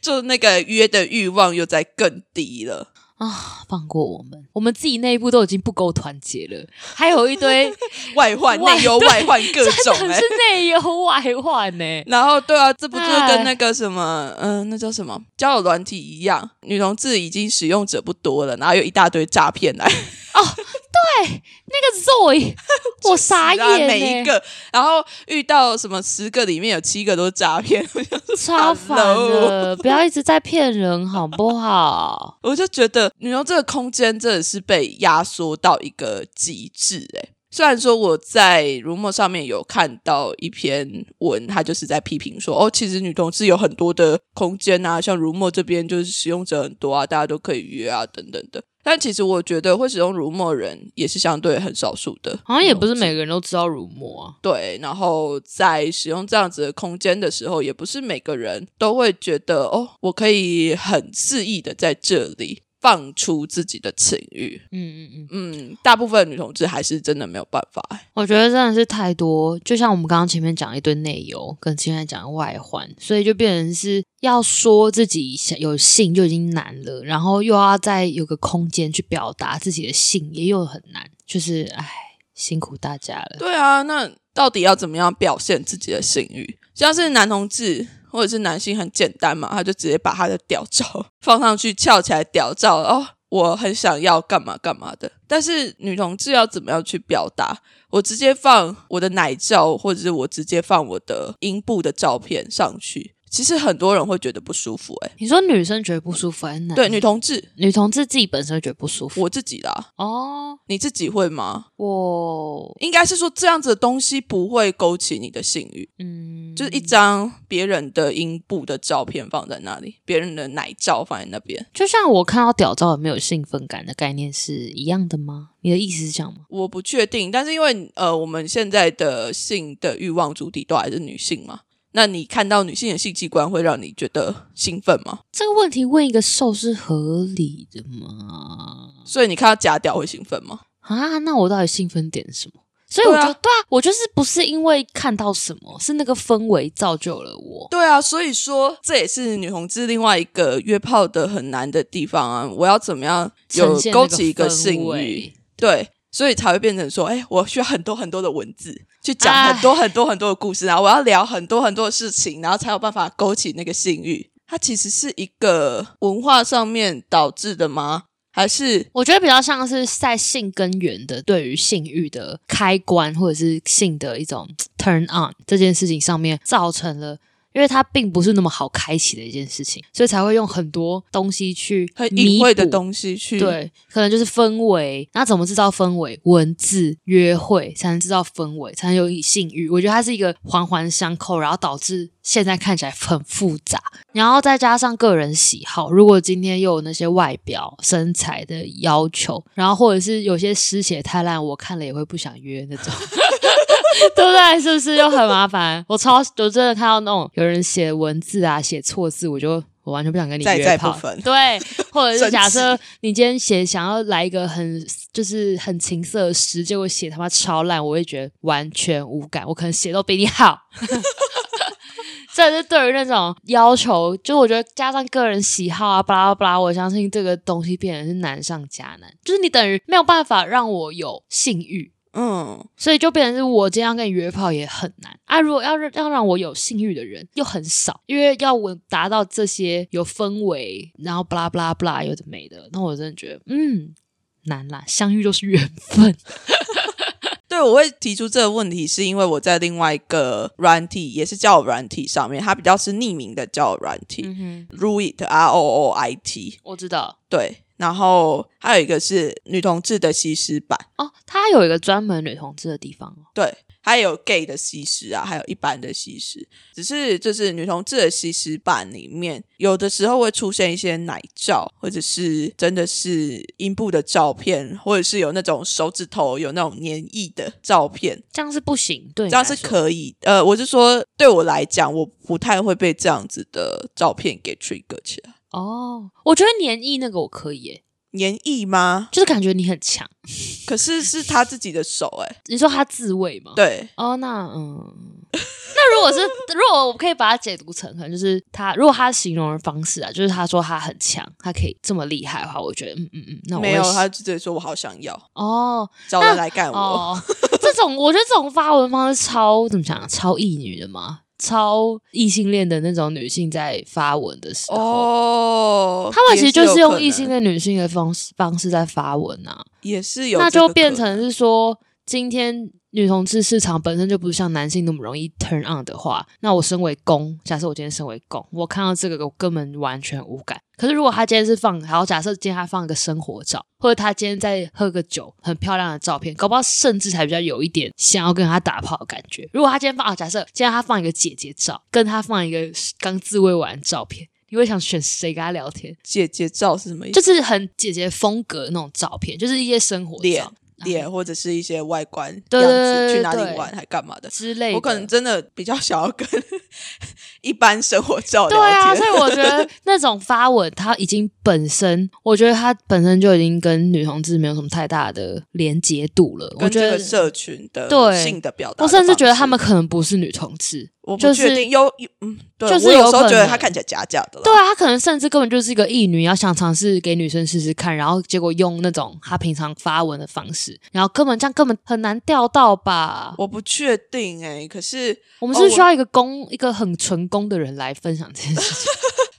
[SPEAKER 2] 就那个约的欲望又在更低了，
[SPEAKER 1] 啊！ 放过我们，我们自己内部都已经不够团结了， 还有一堆欸
[SPEAKER 2] 外患
[SPEAKER 1] 外
[SPEAKER 2] 内忧外患各种
[SPEAKER 1] 真的
[SPEAKER 2] 哎、
[SPEAKER 1] 是内忧外患呢、欸
[SPEAKER 2] 然后对啊，这不就是
[SPEAKER 1] 哎
[SPEAKER 2] 跟那个什么，嗯、那叫什么交友软体一样？女同志已经使用者不多了，然后有一大堆诈骗来，
[SPEAKER 1] 那个 Zoe，我 傻眼、
[SPEAKER 2] 啊
[SPEAKER 1] 欸，
[SPEAKER 2] 每一个，然后遇到什么十个里面有七个都是诈骗，我想说
[SPEAKER 1] 超烦
[SPEAKER 2] Hello
[SPEAKER 1] 的， 不要一直在骗人好不好？
[SPEAKER 2] 我就觉得女优这个空间真的是被压缩到一个极致哎、虽然说我在如墨上面有看到一篇文，它就是在批评说，哦，其实女同志有很多的空间啊，像如墨这边就是使用者很多啊，大家都可以约啊，等等的。但其实我觉得会使用如墨人也是相对很少数的，嗯
[SPEAKER 1] 好像也不是每个人都知道乳墨啊。
[SPEAKER 2] 对，然后在使用这样子的空间的时候，也不是每个人都会觉得哦，我可以很肆意的在这里放出自己的情欲。
[SPEAKER 1] 嗯嗯嗯，
[SPEAKER 2] 嗯，大部分女同志还是真的没有办法。
[SPEAKER 1] 我觉得真的是太多，就像我们刚刚前面讲一堆内忧，跟现在讲外患，所以就变成是要说自己想有性就已经难了，然后又要再有个空间去表达自己的性，也有很难，就是唉，辛苦大家了。
[SPEAKER 2] 对啊，那到底要怎么样表现自己的性欲？像是男同志或者是男性，很简单嘛，他就直接把他的屌照 放上去，翘起来屌照，哦，我很想要干嘛干嘛的。但是女同志要怎么样去表达？我直接放我的奶照，或者是我直接放我的阴部的照片上去，其实很多人会觉得不舒服、欸。
[SPEAKER 1] 你说女生觉得不舒服还是男？
[SPEAKER 2] 对，女同志，
[SPEAKER 1] 女同志自己本身会觉得不舒服
[SPEAKER 2] 我自己啦，
[SPEAKER 1] 哦。
[SPEAKER 2] 你自己会吗？
[SPEAKER 1] 我
[SPEAKER 2] 应该是说这样子的东西不会勾起你的性欲。
[SPEAKER 1] 嗯，
[SPEAKER 2] 就是一张别人的阴部的照片放在那里，别人的奶照放在那边。
[SPEAKER 1] 就像我看到屌照有没有兴奋感的概念是一样的吗？你的意思是这样吗？
[SPEAKER 2] 我不确定，但是因为呃，我们现在的性的欲望主体都还是女性嘛，那你看到女性的性器官会让你觉得兴奋吗？
[SPEAKER 1] 这个问题问一个瘦是合理的吗？
[SPEAKER 2] 所以你看到假屌会兴奋吗？
[SPEAKER 1] 啊，那我到底兴奋点是什么？所以我就
[SPEAKER 2] 对
[SPEAKER 1] 对
[SPEAKER 2] 啊
[SPEAKER 1] 啊我就是不是因为看到什么，是那个氛围造就了我。
[SPEAKER 2] 对啊，所以说这也是女同志另外一个约炮的很难的地方啊！我要怎么样有
[SPEAKER 1] 呈现那
[SPEAKER 2] 勾
[SPEAKER 1] 个
[SPEAKER 2] 起一个
[SPEAKER 1] 氛
[SPEAKER 2] 性欲
[SPEAKER 1] 围？
[SPEAKER 2] 对，所以才会变成说，哎，我需要很多很多的文字去讲
[SPEAKER 1] 唉
[SPEAKER 2] 很多很多很多的故事，然后我要聊很多很多的事情，然后才有办法勾起那个性欲。它其实是一个文化上面导致的吗？还是
[SPEAKER 1] 我觉得比较像是在性根源的对于性欲的开关，或者是性的一种 turn on 这件事情上面造成了。因为它并不是那么好开启的一件事情，所以才会用很多东西去
[SPEAKER 2] 很隐晦的
[SPEAKER 1] 弥补
[SPEAKER 2] 东西去？，
[SPEAKER 1] 对，可能就是氛围。那怎么制造氛围？文字、约会才能制造氛围，才能有性欲。我觉得它是一个环环相扣，然后导致现在看起来很复杂。然后再加上个人喜好，如果今天又有那些外表、身材的要求，然后或者是有些失血太烂，我看了也会不想约那种。 对不对？是不是又很麻烦？我超，我真的看到那种有人写文字啊，写错字，我就我完全不想跟你
[SPEAKER 2] 在
[SPEAKER 1] 约
[SPEAKER 2] 在不
[SPEAKER 1] 炮。
[SPEAKER 2] 分
[SPEAKER 1] 对，或者
[SPEAKER 2] 生
[SPEAKER 1] 是假
[SPEAKER 2] 气
[SPEAKER 1] 设你今天写想要来一个很就是很情色的诗，结果写他妈超烂，我会觉得完全无感。我可能写都比你好。 这是对于那种要求，就我觉得加上个人喜好啊，巴拉巴拉，我相信这个东西变成是难上加难，就是你等于没有办法让我有性欲，
[SPEAKER 2] 嗯，
[SPEAKER 1] 所以就变成是我今天要跟你约炮也很难啊。如果要让要让我有性欲的人又很少，因为要我达到这些有氛围，然后巴拉巴拉巴拉有的没的，那我真的觉得嗯难啦，相遇都是缘分。
[SPEAKER 2] 对，我会提出这个问题，是因为我在另外一个软体，也是交友软体上面，它比较是匿名的交友软体、
[SPEAKER 1] 哼，
[SPEAKER 2] r u i t R O O I T，
[SPEAKER 1] 我知道
[SPEAKER 2] 对。然后还有一个是女同志的西施版，
[SPEAKER 1] 哦，他有一个专门女同志的地方哦。
[SPEAKER 2] 对，还有 gay 的西施啊，还有一般的西施，只是就是女同志的西施版里面，有的时候会出现一些奶照，或者是真的是阴部的照片，或者是有那种手指头有那种粘液的照片，
[SPEAKER 1] 这样是不行，对你
[SPEAKER 2] 这样
[SPEAKER 1] 来
[SPEAKER 2] 是
[SPEAKER 1] 说
[SPEAKER 2] 可以。呃，我是说，对我来讲，我不太会被这样子的照片给 trigger 起来。
[SPEAKER 1] 哦。我觉得黏液那个我可以耶，
[SPEAKER 2] 粘液吗？
[SPEAKER 1] 就是感觉你很强。
[SPEAKER 2] 可是是他自己的手、哎，
[SPEAKER 1] 你说他自慰吗？
[SPEAKER 2] 对，
[SPEAKER 1] 哦，那嗯， 那如果是如果我可以把它解读成，可能就是他如果他形容的方式啊，就是他说他很强，他可以这么厉害的话，我觉得嗯嗯嗯，那我会
[SPEAKER 2] 没有，
[SPEAKER 1] 喜
[SPEAKER 2] 他就直接说我好想要，
[SPEAKER 1] 哦
[SPEAKER 2] 找人来干我。
[SPEAKER 1] 哦，这种我觉得这种发文方式超怎么讲，超异女的嘛，超异性恋的那种女性在发文的时候。
[SPEAKER 2] 哦，
[SPEAKER 1] 他们其实
[SPEAKER 2] 也
[SPEAKER 1] 就是
[SPEAKER 2] 有可
[SPEAKER 1] 用异
[SPEAKER 2] 能
[SPEAKER 1] 性恋女性的方式方式在发文啊，
[SPEAKER 2] 也是有这
[SPEAKER 1] 那
[SPEAKER 2] 个可能，
[SPEAKER 1] 就变成是说，今天女同志市场本身就不是像男性那么容易 turn on 的话，那我身为公，假设我今天身为公，我看到这个我根本完全无感。可是如果他今天是放，好，假设今天他放一个生活照，或者他今天在喝个酒，很漂亮的照片，搞不好甚至还比较有一点想要跟他打炮的感觉。如果他今天放，啊，假设今天他放一个姐姐照，跟他放一个刚自慰完的照片，你会想选谁跟他聊天？
[SPEAKER 2] 姐姐照是什么意思？
[SPEAKER 1] 就是很姐姐风格的那种照片，就是一些生活
[SPEAKER 2] 脸
[SPEAKER 1] 照。
[SPEAKER 2] 脸或者是一些外观样
[SPEAKER 1] 对
[SPEAKER 2] 子，去
[SPEAKER 1] 对
[SPEAKER 2] 哪
[SPEAKER 1] 对
[SPEAKER 2] 里玩还干嘛的。
[SPEAKER 1] 之类的。
[SPEAKER 2] 我可能真的比较想要跟 一般生活照
[SPEAKER 1] 对
[SPEAKER 2] 聊
[SPEAKER 1] 啊，
[SPEAKER 2] 天，
[SPEAKER 1] 所以我觉得那种发文，它已经本身，我觉得它本身就已经跟女同志没有什么太大的连结度了。我
[SPEAKER 2] 跟
[SPEAKER 1] 觉
[SPEAKER 2] 这
[SPEAKER 1] 得
[SPEAKER 2] 个，社群的
[SPEAKER 1] 对
[SPEAKER 2] 性的表达的
[SPEAKER 1] 我
[SPEAKER 2] 方
[SPEAKER 1] 甚
[SPEAKER 2] 式，
[SPEAKER 1] 至觉得他们可能不是女同志。
[SPEAKER 2] 我不
[SPEAKER 1] 就
[SPEAKER 2] 确
[SPEAKER 1] 是
[SPEAKER 2] 定有有嗯，对
[SPEAKER 1] 就是
[SPEAKER 2] 我
[SPEAKER 1] 有
[SPEAKER 2] 有时候
[SPEAKER 1] 可
[SPEAKER 2] 觉得
[SPEAKER 1] 能
[SPEAKER 2] 他看起来假假的啦，
[SPEAKER 1] 对啊，她可能甚至根本就是一个异女，要想尝试给女生试试看，然后结果用那种她平常发文的方式，然后根本这样根本很难钓到吧？
[SPEAKER 2] 我不确定哎、可是
[SPEAKER 1] 我们是不
[SPEAKER 2] 哦
[SPEAKER 1] 是需要一个公、一个很纯公的人来分享这件事情。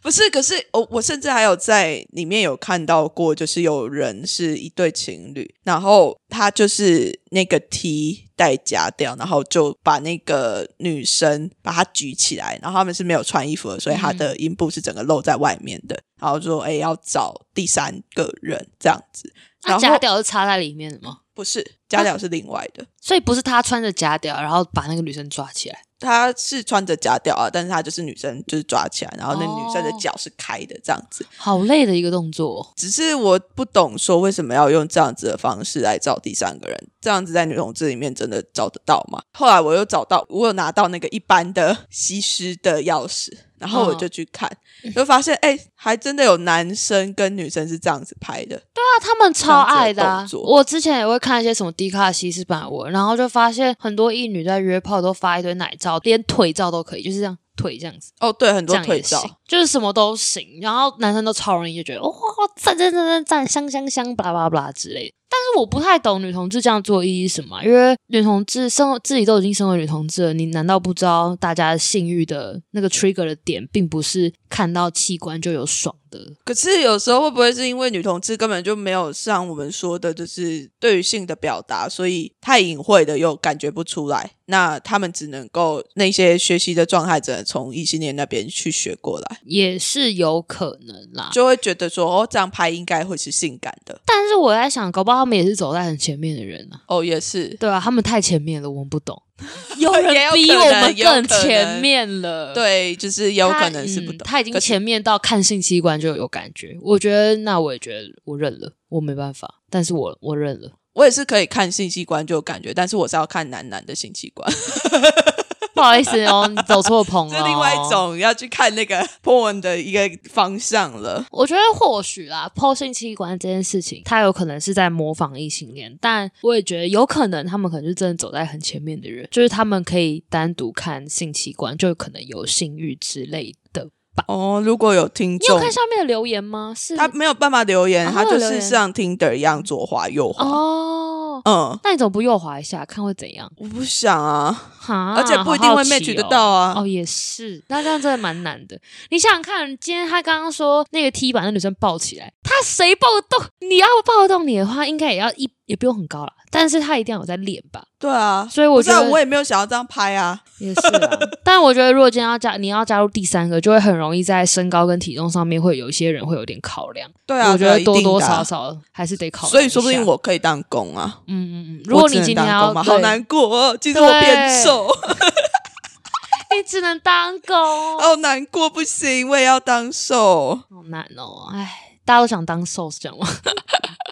[SPEAKER 2] 不是，可是我我甚至还有在里面有看到过，就是有人是一对情侣，然后他就是那个 T 带夹掉，然后就把那个女生把她举起来，然后他们是没有穿衣服的，所以她的阴部是整个露在外面的，然后说哎要找第三个人这样子，
[SPEAKER 1] 那
[SPEAKER 2] 然后
[SPEAKER 1] 假屌是插在里面的吗？
[SPEAKER 2] 不是夹掉是另外的。
[SPEAKER 1] 所以不是她穿着假屌，然后把那个女生抓起来。
[SPEAKER 2] 他是穿着夹吊啊，但是他就是女生，就是抓起来，然后那女生的
[SPEAKER 1] 哦
[SPEAKER 2] 脚是开的这样子。
[SPEAKER 1] 好累的一个动作。
[SPEAKER 2] 只是我不懂说为什么要用这样子的方式来找第三个人，这样子在女同志里面真的找得到吗？后来我又找到，我有拿到那个一般的西施的钥匙，然后我
[SPEAKER 1] 嗯
[SPEAKER 2] 就去看，就发现哎、还真的有男生跟女生是这样子拍的，
[SPEAKER 1] 那他们超爱的、啊
[SPEAKER 2] 这样子的动作
[SPEAKER 1] 我之前也会看一些什么低卡西式版文，然后就发现很多异女在约炮都发一堆奶照，连腿照都可以，就是这样腿这样子，
[SPEAKER 2] 哦，对，很
[SPEAKER 1] 这
[SPEAKER 2] 多
[SPEAKER 1] 样
[SPEAKER 2] 腿
[SPEAKER 1] 也行
[SPEAKER 2] 照，，
[SPEAKER 1] 就是什么都行。然后男生都超容易就觉得哇、赞赞赞赞赞，香香香，巴拉巴拉巴拉之类的。但是我不太懂女同志这样做意义是什么啊，因为女同志生活自己都已经身为女同志了，你难道不知道大家性欲的那个 trigger 的点，并不是看到器官就有爽的？
[SPEAKER 2] 可是有时候会不会是因为女同志根本就没有像我们说的，就是对于性的表达，所以太隐晦的又感觉不出来？那他们只能够那些学习的状态，只能从异性恋那边去学过来，
[SPEAKER 1] 也是有可能啦。
[SPEAKER 2] 就会觉得说哦，这样拍应该会是性感的。
[SPEAKER 1] 但是我在想，搞不好他们也是走在很前面的人啊。
[SPEAKER 2] 哦，也是，
[SPEAKER 1] 对啊，他们太前面了，我们不 懂。有
[SPEAKER 2] 也
[SPEAKER 1] 人
[SPEAKER 2] 有
[SPEAKER 1] 比
[SPEAKER 2] 可
[SPEAKER 1] 我
[SPEAKER 2] 能
[SPEAKER 1] 们
[SPEAKER 2] 也有
[SPEAKER 1] 更
[SPEAKER 2] 可能
[SPEAKER 1] 前面了，。
[SPEAKER 2] 对，就是有
[SPEAKER 1] 他
[SPEAKER 2] 可能是不
[SPEAKER 1] 嗯
[SPEAKER 2] 懂。
[SPEAKER 1] 他已经
[SPEAKER 2] 可是
[SPEAKER 1] 前面到看性器官就有感觉，我觉得那我也觉得我认了，我没办法，但是我我认了，
[SPEAKER 2] 我也是可以看性器官就有感觉，但是我是要看男男的性器官，
[SPEAKER 1] 不好意思哦，你走错棚
[SPEAKER 2] 这
[SPEAKER 1] 了、
[SPEAKER 2] 是另外一。种要去看那个 porn 的一个方向了。
[SPEAKER 1] 我觉得或许啦，剖性器官这件事情，他有可能是在模仿异性恋，但我也觉得有可能他们可能是真的走在很前面的人，就是他们可以单独看性器官，就可能有性欲之类的。
[SPEAKER 2] 哦，如果有听
[SPEAKER 1] 你有
[SPEAKER 2] 众，
[SPEAKER 1] 看下面的留言吗？是
[SPEAKER 2] 他没有办法留言，
[SPEAKER 1] 嗯哦
[SPEAKER 2] 他就
[SPEAKER 1] 留
[SPEAKER 2] 是
[SPEAKER 1] 言
[SPEAKER 2] 像 Tinder 一样左滑右滑。
[SPEAKER 1] 哦，
[SPEAKER 2] 嗯，
[SPEAKER 1] 那你怎么不右滑一下看会怎样？
[SPEAKER 2] 我不想啊，
[SPEAKER 1] 哈，
[SPEAKER 2] 而且不一定会 match 得到
[SPEAKER 1] 啊。
[SPEAKER 2] 啊。
[SPEAKER 1] 哦，也是，那这样真的蛮难的。你想想看，今天他刚刚说那个踢把那女生抱起来，他谁抱得动？你要抱得动你的话，应该也要一也不用很高啦，但是他一定要有在练吧。
[SPEAKER 2] 对啊，
[SPEAKER 1] 所以
[SPEAKER 2] 不
[SPEAKER 1] 我
[SPEAKER 2] 知
[SPEAKER 1] 觉
[SPEAKER 2] 道
[SPEAKER 1] 得
[SPEAKER 2] 我也没有想要这样拍啊。
[SPEAKER 1] 也是啦。 但我觉得如果今天要加你要加入第三个，就会很容易在身高跟体重上面会有一些人会有点考量。
[SPEAKER 2] 对啊，
[SPEAKER 1] 我觉
[SPEAKER 2] 对啊
[SPEAKER 1] 得多多。
[SPEAKER 2] 一定的
[SPEAKER 1] 少
[SPEAKER 2] 啊
[SPEAKER 1] 少还是得考量一下。
[SPEAKER 2] 所以说不定我可以当公啊。
[SPEAKER 1] 嗯嗯嗯，如果
[SPEAKER 2] 我
[SPEAKER 1] 你
[SPEAKER 2] 只能
[SPEAKER 1] 今天
[SPEAKER 2] 当
[SPEAKER 1] 要
[SPEAKER 2] 公嘛好
[SPEAKER 1] 对
[SPEAKER 2] 难过哦，其实我变瘦，
[SPEAKER 1] 你只能当狗。
[SPEAKER 2] 好难过，不行，我也要当瘦。
[SPEAKER 1] 好难哦，哎，大家都想当兽是这样吗？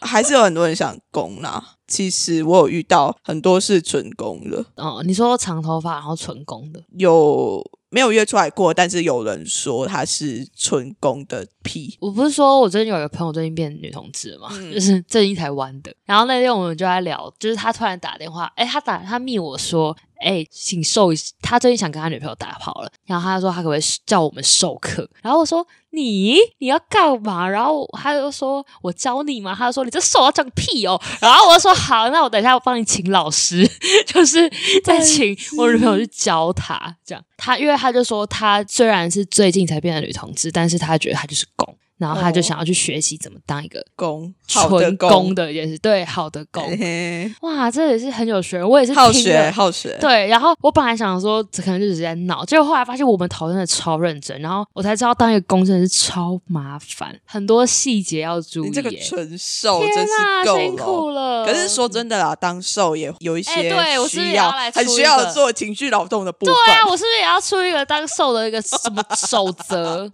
[SPEAKER 2] 还是有很多人想攻啦。其实我有遇到很多是纯攻的，
[SPEAKER 1] 哦，你说长头发然后纯公的，
[SPEAKER 2] 有没有约出来过？但是有人说他是纯攻的 P，
[SPEAKER 1] 我不是说我最近有一个朋友最近变女同志了嘛，
[SPEAKER 2] 嗯
[SPEAKER 1] 就是最近才玩的。然后那天我们就在聊，就是他突然打电话，哎，他打他密我说，哎，请授一，他最近想跟他女朋友打炮了，然后他说他可不可以叫我们授课？然后我说你你要干嘛？然后他就说我教你嘛，他就说你这手要长个屁哦。然后我就说好，那我等一下我帮你请老师， 就是 再请我女朋友去教他这样。他因为他就说他虽然是最近才变成女同志，但是他觉得他就是公。然后他就
[SPEAKER 2] 哦
[SPEAKER 1] 想要去学习怎么当一个
[SPEAKER 2] 攻好的
[SPEAKER 1] 纯公
[SPEAKER 2] 攻，
[SPEAKER 1] 的也是对好的公。
[SPEAKER 2] 嘿嘿
[SPEAKER 1] 哇，这也是很有学问，我也是
[SPEAKER 2] 好
[SPEAKER 1] 听
[SPEAKER 2] 学
[SPEAKER 1] 了
[SPEAKER 2] 好学，
[SPEAKER 1] 对，然后我本来想说，可能就只是在闹，结果后来发现我们讨论的超认真，然后我才知道当一个公真的是超麻烦，很多细节要注意
[SPEAKER 2] 你
[SPEAKER 1] 耶。
[SPEAKER 2] 这个纯瘦真
[SPEAKER 1] 天
[SPEAKER 2] 是
[SPEAKER 1] 呐，辛
[SPEAKER 2] 够
[SPEAKER 1] 苦
[SPEAKER 2] 了。哦
[SPEAKER 1] 了。
[SPEAKER 2] 可是说真的啦，当瘦也有一
[SPEAKER 1] 哎
[SPEAKER 2] 些
[SPEAKER 1] 对我是不是
[SPEAKER 2] 需
[SPEAKER 1] 也要来
[SPEAKER 2] 很
[SPEAKER 1] 出
[SPEAKER 2] 需
[SPEAKER 1] 一
[SPEAKER 2] 要
[SPEAKER 1] 个
[SPEAKER 2] 做情绪劳动的部
[SPEAKER 1] 对
[SPEAKER 2] 分。
[SPEAKER 1] 啊，我是不是也要出一个当受的一个什么守 则？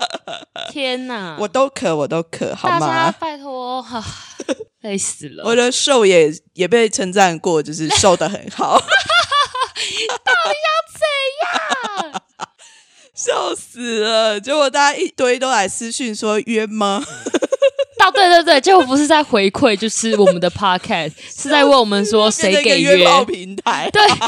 [SPEAKER 1] 天呐，
[SPEAKER 2] 我都可，我都可，好
[SPEAKER 1] 大家
[SPEAKER 2] 吗？
[SPEAKER 1] 拜托，哈累死了。
[SPEAKER 2] 我的瘦也也被称赞 过，就是瘦的很好。 笑死了！结果大家一堆都来私讯说约吗？
[SPEAKER 1] 到哦对对对，结果不是在回馈，就是我们的 podcast 是在问我们说
[SPEAKER 2] 变成
[SPEAKER 1] 谁
[SPEAKER 2] 一个
[SPEAKER 1] 给
[SPEAKER 2] 约炮平台，
[SPEAKER 1] 对，
[SPEAKER 2] 好智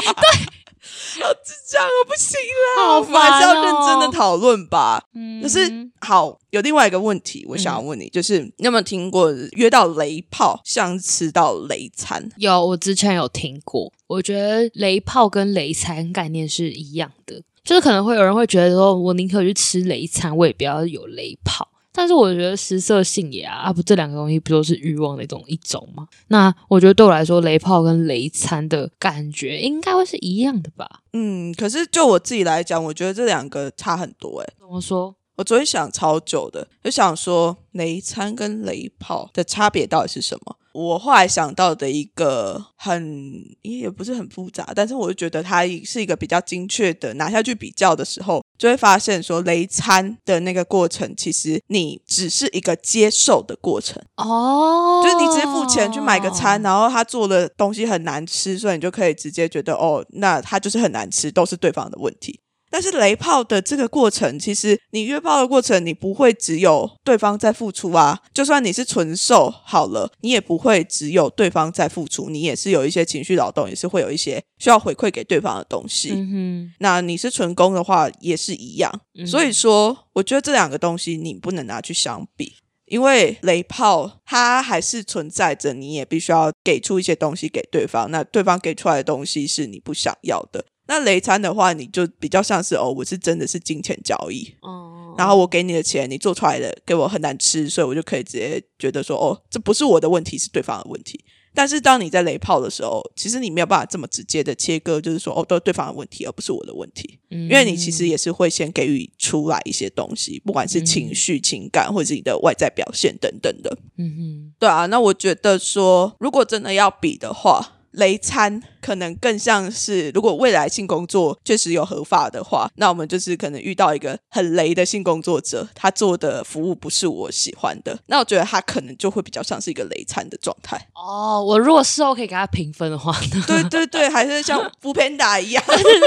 [SPEAKER 2] 障啊，不行啦！
[SPEAKER 1] 好
[SPEAKER 2] 我们还是要
[SPEAKER 1] 烦
[SPEAKER 2] 认
[SPEAKER 1] 哦
[SPEAKER 2] 真的讨论吧。可是
[SPEAKER 1] 嗯
[SPEAKER 2] 好，有另外一个问题，我想要问你，就是你有没有听过约到雷炮像吃到雷餐？
[SPEAKER 1] 有，我之前有听过，我觉得雷炮跟雷餐概念是一样的，就是可能会有人会觉得说，我宁可去吃雷餐，我也不要有雷炮。但是我觉得食色性也啊，啊不，这两个东西不都是欲望的一种一种吗？那我觉得对我来说，雷炮跟雷餐的感觉应该会是一样的吧？
[SPEAKER 2] 嗯，可是就我自己来讲，我觉得这两个差很多、欸。
[SPEAKER 1] 怎么说？
[SPEAKER 2] 我昨天想超久的，就想说雷餐跟雷炮的差别到底是什么？我后来想到的一个很也不是很复杂，但是我就觉得它是一个比较精确的拿下去比较的时候，就会发现说雷餐的那个过程，其实你只是一个接受的过程，
[SPEAKER 1] 哦，
[SPEAKER 2] 就是你只是付钱去买个餐，然后他做的东西很难吃，所以你就可以直接觉得哦，那他就是很难吃，都是对方的问题。但是雷炮的这个过程，其实你约炮的过程，你不会只有对方在付出啊。就算你是纯售好了，你也不会只有对方在付出，你也是有一些情绪劳动，也是会有一些需要回馈给对方的东西。
[SPEAKER 1] 嗯
[SPEAKER 2] 那你是纯攻的话，也是一样。
[SPEAKER 1] 哼，
[SPEAKER 2] 所以说，我觉得这两个东西你不能拿去相比，因为雷炮它还是存在着，你也必须要给出一些东西给对方，那对方给出来的东西是你不想要的。那雷餐的话，你就比较像是哦，我是真的是金钱交易，
[SPEAKER 1] 哦，
[SPEAKER 2] 然后我给你的钱，你做出来的给我很难吃，所以我就可以直接觉得说，哦，这不是我的问题，是对方的问题。但是当你在雷炮的时候，其实你没有办法这么直接的切割，就是说，哦，都是对方的问题，而不是我的问题，
[SPEAKER 1] 因
[SPEAKER 2] 因为你其实也是会先给予出来一些东西，不管是情绪、情感，或者是你的外在表现等等的。
[SPEAKER 1] 嗯。
[SPEAKER 2] 对啊，那我觉得说，如果真的要比的话，雷餐可能更像是，如果未来性工作确实有合法的话，那我们就是可能遇到一个很雷的性工作者，他做的服务不是我喜欢的，那我觉得他可能就会比较像是一个雷餐的状态
[SPEAKER 1] 哦，我如果事后可以给他评分的话呢？
[SPEAKER 2] 对对对，还是像布片达一样，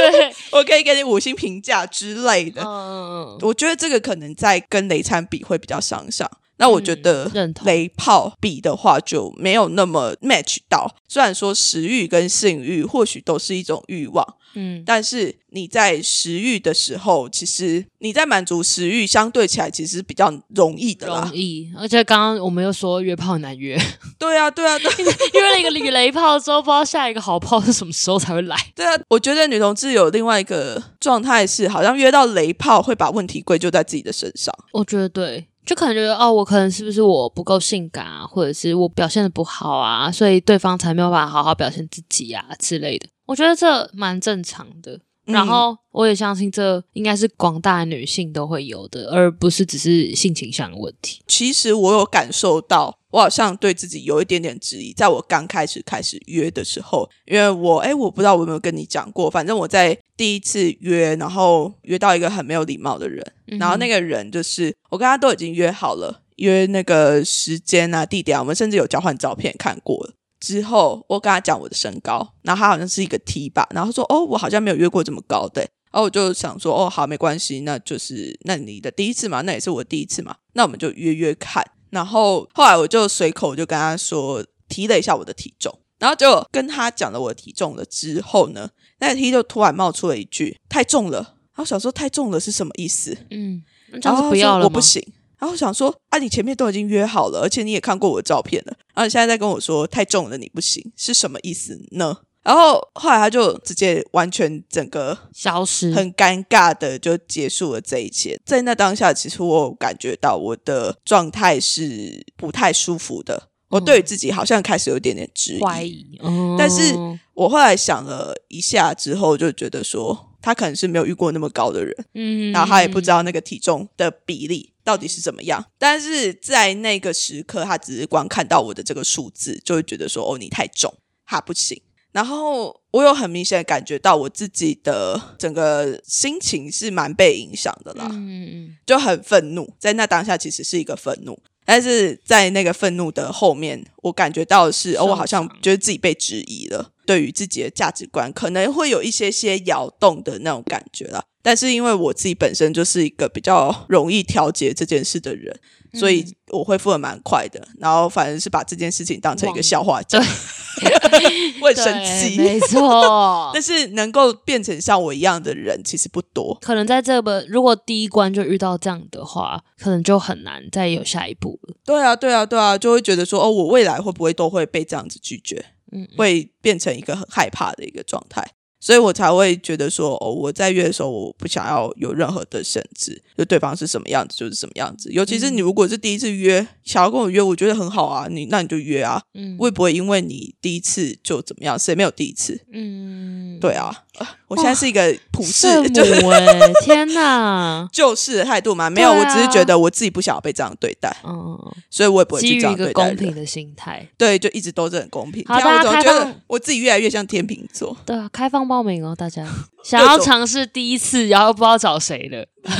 [SPEAKER 2] 我可以给你五星评价之类的。
[SPEAKER 1] 嗯，
[SPEAKER 2] 我觉得这个可能在跟雷餐比会比较相像。那我觉得
[SPEAKER 1] 嗯认同
[SPEAKER 2] 雷炮比的话就没有那么 match 到。虽然说食欲跟性欲或许都是一种欲望，
[SPEAKER 1] 嗯，
[SPEAKER 2] 但是你在食欲的时候，其实你在满足食欲相对起来其实比较容易的啦
[SPEAKER 1] 容。易。而且刚刚我们又说约炮很难约，
[SPEAKER 2] 对啊，对啊，对啊
[SPEAKER 1] 约了一个女雷炮之后，不知道下一个好炮是什么时候才会来。
[SPEAKER 2] 对啊。我觉得女同志有另外一个状态是，好像约到雷炮会把问题归咎在自己的身上。
[SPEAKER 1] 我觉得对，就可能觉得哦，我可能是不是我不够性感啊，或者是我表现的不好啊，所以对方才没有办法好好表现自己啊之类的。我觉得这蛮正常的。
[SPEAKER 2] 嗯
[SPEAKER 1] 然后我也相信这应该是广大女性都会有的，而不是只是性倾向的问题。
[SPEAKER 2] 其实我有感受到，我好像对自己有一点点质疑。在我刚开始开始约的时候，因为我哎，我不知道我有没有跟你讲过，反正我在第一次约，然后约到一个很没有礼貌的人，然后那
[SPEAKER 1] 个
[SPEAKER 2] 个人就是我跟他都已经约好了，约那个时间啊、地点啊，我们甚至有交换照片看过了。之后我跟他讲我的身高，然后他好像是一个 T 吧，然后他说哦，我好像没有约过这么高的、然后我就想说哦，好，没关系，那就是那你的第一次嘛，那也是我第一次嘛，那我们就约约看。然后后来我就随口就跟他说提了一下我的体重，然后结果跟他讲了我的体重了之后呢，那个 T 就突然冒出了一句太重了，然后想说太重了是什么意思？
[SPEAKER 1] 嗯，那这
[SPEAKER 2] 然
[SPEAKER 1] 样子
[SPEAKER 2] 后他
[SPEAKER 1] 不
[SPEAKER 2] 说
[SPEAKER 1] 要了吗？
[SPEAKER 2] 我不行。然后我想说啊，你前面都已经约好了，而且你也看过我的照片了，然后你现在在跟我说太重了，你不行，是什么意思呢？然后后来他就直接完全整个
[SPEAKER 1] 消失，
[SPEAKER 2] 很尴尬的就结束了这一切。在那当下，其实我有感觉到我的状态是不太舒服的，我对于自己好像开始有一点点质
[SPEAKER 1] 怀
[SPEAKER 2] 疑。
[SPEAKER 1] 疑。嗯
[SPEAKER 2] 但是我后来想了一下之后，就觉得说他可能是没有遇过那么高的人，
[SPEAKER 1] 嗯，
[SPEAKER 2] 然后他也不知道那个体重的比例到底是怎么样。但是在那个时刻，他只是光看到我的这个数字，就会觉得说：“哦，你太重，他不行。”然后我有很明显的感觉到我自己的整个心情是蛮被影响的啦，
[SPEAKER 1] 嗯嗯
[SPEAKER 2] 就很愤怒。在那当下其实是一个愤怒，但是在那个愤怒的后面，我感觉到的是，哦，我好像
[SPEAKER 1] 受伤
[SPEAKER 2] 觉得自己被质疑了，对于自己的价值观可能会有一些些摇动的那种感觉啦。但是因为我自己本身就是一个比较容易调节这件事的人，
[SPEAKER 1] 嗯
[SPEAKER 2] 所以我恢复的蛮快的。然后反正是把这件事情当成一个笑话讲， 我很
[SPEAKER 1] 对
[SPEAKER 2] 生气。
[SPEAKER 1] 没 错
[SPEAKER 2] 但。是能够变成像我一样的人其实不多，
[SPEAKER 1] 可能在这个如果第一关就遇到这样的话，可能就很难再有下一步了。
[SPEAKER 2] 对啊，对啊，对啊，就会觉得说，哦，我未来会不会都会被这样子拒绝？
[SPEAKER 1] 嗯，
[SPEAKER 2] 会变成一个很害怕的一个状态，所以我才会觉得说，哦，我在约的时候，我不想要有任何的限制，就对方是什么样子就是什么样子。尤其
[SPEAKER 1] 嗯
[SPEAKER 2] 是你如果是第一次约，想要跟我约，我觉得很好啊，你那你就约啊，
[SPEAKER 1] 嗯
[SPEAKER 2] 我也不会因为你第一次就怎么样，谁没有第一次？
[SPEAKER 1] 嗯，
[SPEAKER 2] 对啊，呃我现在是一个普世
[SPEAKER 1] 圣
[SPEAKER 2] 就是
[SPEAKER 1] 母哎，天哪，
[SPEAKER 2] 就事的态度嘛，没有，
[SPEAKER 1] 对
[SPEAKER 2] 我
[SPEAKER 1] 啊
[SPEAKER 2] 只是觉得我自己不想要被这样对待，
[SPEAKER 1] 嗯，
[SPEAKER 2] 所以我也 不会
[SPEAKER 1] 基
[SPEAKER 2] 去
[SPEAKER 1] 于一
[SPEAKER 2] 这样
[SPEAKER 1] 个
[SPEAKER 2] 对待
[SPEAKER 1] 公平
[SPEAKER 2] 人。
[SPEAKER 1] 的心态，
[SPEAKER 2] 对，就一直都是很公平。
[SPEAKER 1] 好
[SPEAKER 2] 天啊
[SPEAKER 1] 大
[SPEAKER 2] 我
[SPEAKER 1] 家
[SPEAKER 2] 总
[SPEAKER 1] 开
[SPEAKER 2] 觉得
[SPEAKER 1] 放
[SPEAKER 2] 我自己越来越像天秤座。
[SPEAKER 1] 对啊，开放报名哦，大 家想要尝试第一次，然后不知道找谁的，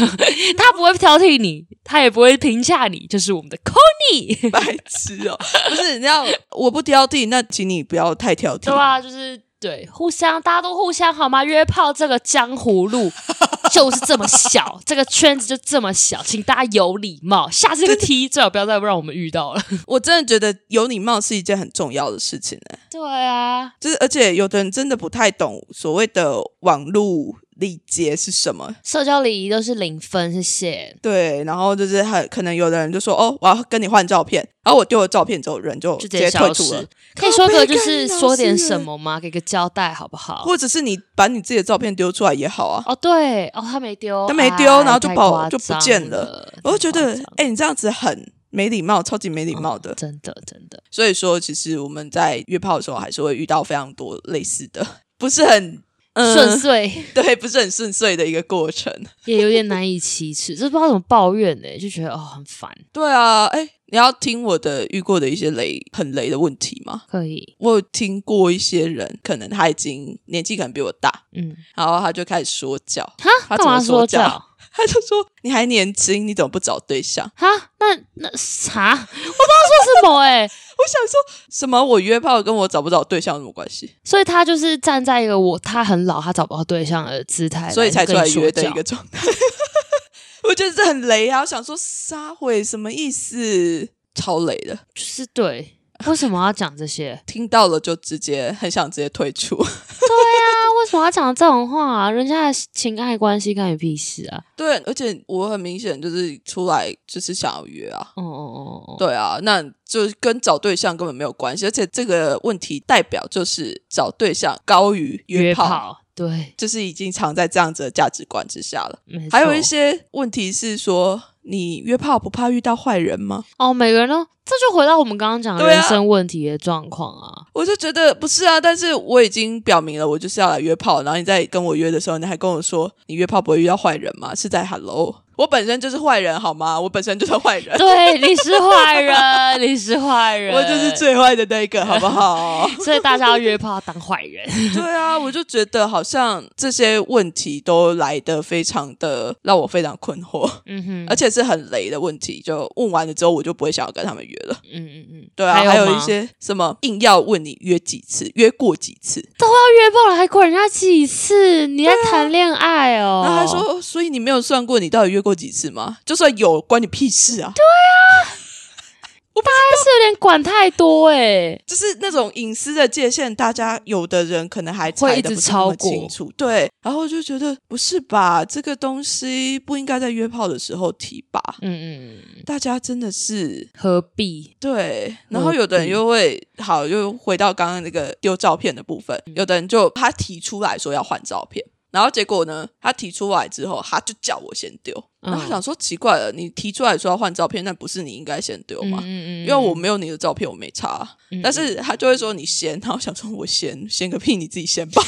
[SPEAKER 1] 他不会挑剔你，他也不会评价你，就是我们的 Conny，
[SPEAKER 2] 白痴哦、不是，你知道我不挑剔，那请你不要太挑剔。
[SPEAKER 1] 对啊吧？就是对，互相，大家都互相好吗？约炮这个江湖 路就是这么小，这个圈子就这么小，请大家有礼貌。下 次这个 T 最好不要再让我们遇到了。
[SPEAKER 2] 我真的觉得有礼貌是一件很重要的事情、欸、
[SPEAKER 1] 对啊，
[SPEAKER 2] 就是而且有的人真的不太懂所谓的网络礼节是什么。
[SPEAKER 1] 社交礼仪都是零分，谢谢。
[SPEAKER 2] 对，然后就是很可能有的人就说哦，我要跟你换照片，然后我丢了照片之后，人就
[SPEAKER 1] 就
[SPEAKER 2] 直
[SPEAKER 1] 直接
[SPEAKER 2] 接
[SPEAKER 1] 消
[SPEAKER 2] 退
[SPEAKER 1] 失
[SPEAKER 2] 出了，
[SPEAKER 1] 可以说个
[SPEAKER 2] 背
[SPEAKER 1] 就是
[SPEAKER 2] 干老
[SPEAKER 1] 说点
[SPEAKER 2] 师
[SPEAKER 1] 什么吗？给个交代好不好？
[SPEAKER 2] 或者是你把你自己的照片丢出来也好啊。
[SPEAKER 1] 哦，对，哦，他没丢，
[SPEAKER 2] 他没
[SPEAKER 1] 哎
[SPEAKER 2] 丢然后就
[SPEAKER 1] 太
[SPEAKER 2] 跑
[SPEAKER 1] 夸
[SPEAKER 2] 就不
[SPEAKER 1] 张
[SPEAKER 2] 见了
[SPEAKER 1] 了。
[SPEAKER 2] 我就
[SPEAKER 1] 太哦
[SPEAKER 2] 觉
[SPEAKER 1] 夸
[SPEAKER 2] 得
[SPEAKER 1] 张，嗯哦
[SPEAKER 2] 哎、你这样子很没礼貌，超级没礼貌的。
[SPEAKER 1] 真的真的，
[SPEAKER 2] 所以说，其实我们在约炮的时候还是会遇到非常多类似的，不是很嗯
[SPEAKER 1] 顺遂
[SPEAKER 2] 对，不是很顺遂的一个过程。
[SPEAKER 1] 也有点难以启齿， 这不知道怎么抱怨呢、就觉得哦很烦。
[SPEAKER 2] 对啊，哎，你要听我的遇过的一些雷很雷的问题吗？
[SPEAKER 1] 可以，
[SPEAKER 2] 我有听过一些人，可能他已经年纪可能比我大，
[SPEAKER 1] 嗯，
[SPEAKER 2] 然后他就开始说教，
[SPEAKER 1] 哈，
[SPEAKER 2] 他
[SPEAKER 1] 干
[SPEAKER 2] 怎
[SPEAKER 1] 嘛
[SPEAKER 2] 么说
[SPEAKER 1] 教？
[SPEAKER 2] 教他就说你还年轻，你怎么不找对象？
[SPEAKER 1] 哈，那那啥，我不知道说什么 哎、
[SPEAKER 2] 我想说什么？我约炮跟我找不找对象有什么关系？
[SPEAKER 1] 所以他就是站在一个我他很老，他找不到对象的姿态，
[SPEAKER 2] 所以才出
[SPEAKER 1] 跟
[SPEAKER 2] 来
[SPEAKER 1] 你说
[SPEAKER 2] 约的
[SPEAKER 1] 教
[SPEAKER 2] 一个状态。 我觉得这很雷啊！我想说撒谎什么意思？超雷的，？
[SPEAKER 1] 就是对。 为什么要讲这些
[SPEAKER 2] 听到了就直接很想直接退出。
[SPEAKER 1] 那 啊为什么要讲这种话啊？人家的情爱关系干你屁事啊！
[SPEAKER 2] 对，而且我很明显就是出来就是想要约啊。
[SPEAKER 1] 哦哦哦哦，
[SPEAKER 2] 对啊，那就跟找对象根本没有关系，而且这个问题代表就是找对象高于
[SPEAKER 1] 约
[SPEAKER 2] 炮，
[SPEAKER 1] 炮，对，
[SPEAKER 2] 就是已经藏在这样子的价值观之下了。
[SPEAKER 1] 没
[SPEAKER 2] 还有
[SPEAKER 1] 错
[SPEAKER 2] 一些问题是说，你约炮不怕遇到坏人吗？
[SPEAKER 1] 哦，每个人都，这就回到我们刚刚讲的
[SPEAKER 2] 对啊
[SPEAKER 1] 人生问题的状况啊。
[SPEAKER 2] 我就觉得不是啊，但是我已经表明了，我就是要来约炮。然后你在跟我约的时候，你还跟我说你约炮不会遇到坏人吗？是在 hello，我本身就是坏人好吗？我本身就是坏 人，
[SPEAKER 1] 对，你是坏人，你是坏人，
[SPEAKER 2] 我就是。最坏的那一个，好 不好？
[SPEAKER 1] 所以大家要约炮要当坏 人，
[SPEAKER 2] 对啊，我就觉得好像这些问题都来得非常的让我非常困惑，
[SPEAKER 1] 嗯哼，
[SPEAKER 2] 而且是很雷的问题。就问完了之后，我就不会想要跟他们约了。
[SPEAKER 1] 嗯嗯嗯，
[SPEAKER 2] 对啊，还
[SPEAKER 1] 有
[SPEAKER 2] 一些什么硬要问你约几次，约过几次，
[SPEAKER 1] 要约炮了还管人家几次？你在谈恋爱哦？
[SPEAKER 2] 然后啊他说：“所以你没有算过你到底约过几次吗？就算有，关你屁事啊！
[SPEAKER 1] 但是有点管太多哎，
[SPEAKER 2] 就是那种隐私的界限，大家有的人可能还
[SPEAKER 1] 会
[SPEAKER 2] 踩
[SPEAKER 1] 一
[SPEAKER 2] 得
[SPEAKER 1] 直
[SPEAKER 2] 不是那么
[SPEAKER 1] 超过
[SPEAKER 2] 清楚。对，然后我就觉得不是吧？这个东西不应该在约炮的时候提吧？
[SPEAKER 1] 嗯嗯嗯，
[SPEAKER 2] 大家真的是
[SPEAKER 1] 何必？
[SPEAKER 2] 对，然
[SPEAKER 1] 嗯
[SPEAKER 2] 后有的人又会好，又回到刚刚那个丢照片的部分，有的人就他提出来说要换照片。”然后结果呢？他提出来之后，他就叫我先丢。然后他
[SPEAKER 1] 嗯
[SPEAKER 2] 想说奇怪了，你提出来说要换照片，那不是你应该先丢
[SPEAKER 1] 嗯
[SPEAKER 2] 吗？
[SPEAKER 1] 嗯嗯，
[SPEAKER 2] 因为我没有你的照片，我没查啊。
[SPEAKER 1] 嗯，
[SPEAKER 2] 但是他就会说你先，然后我想说我先先个屁，你自己先吧。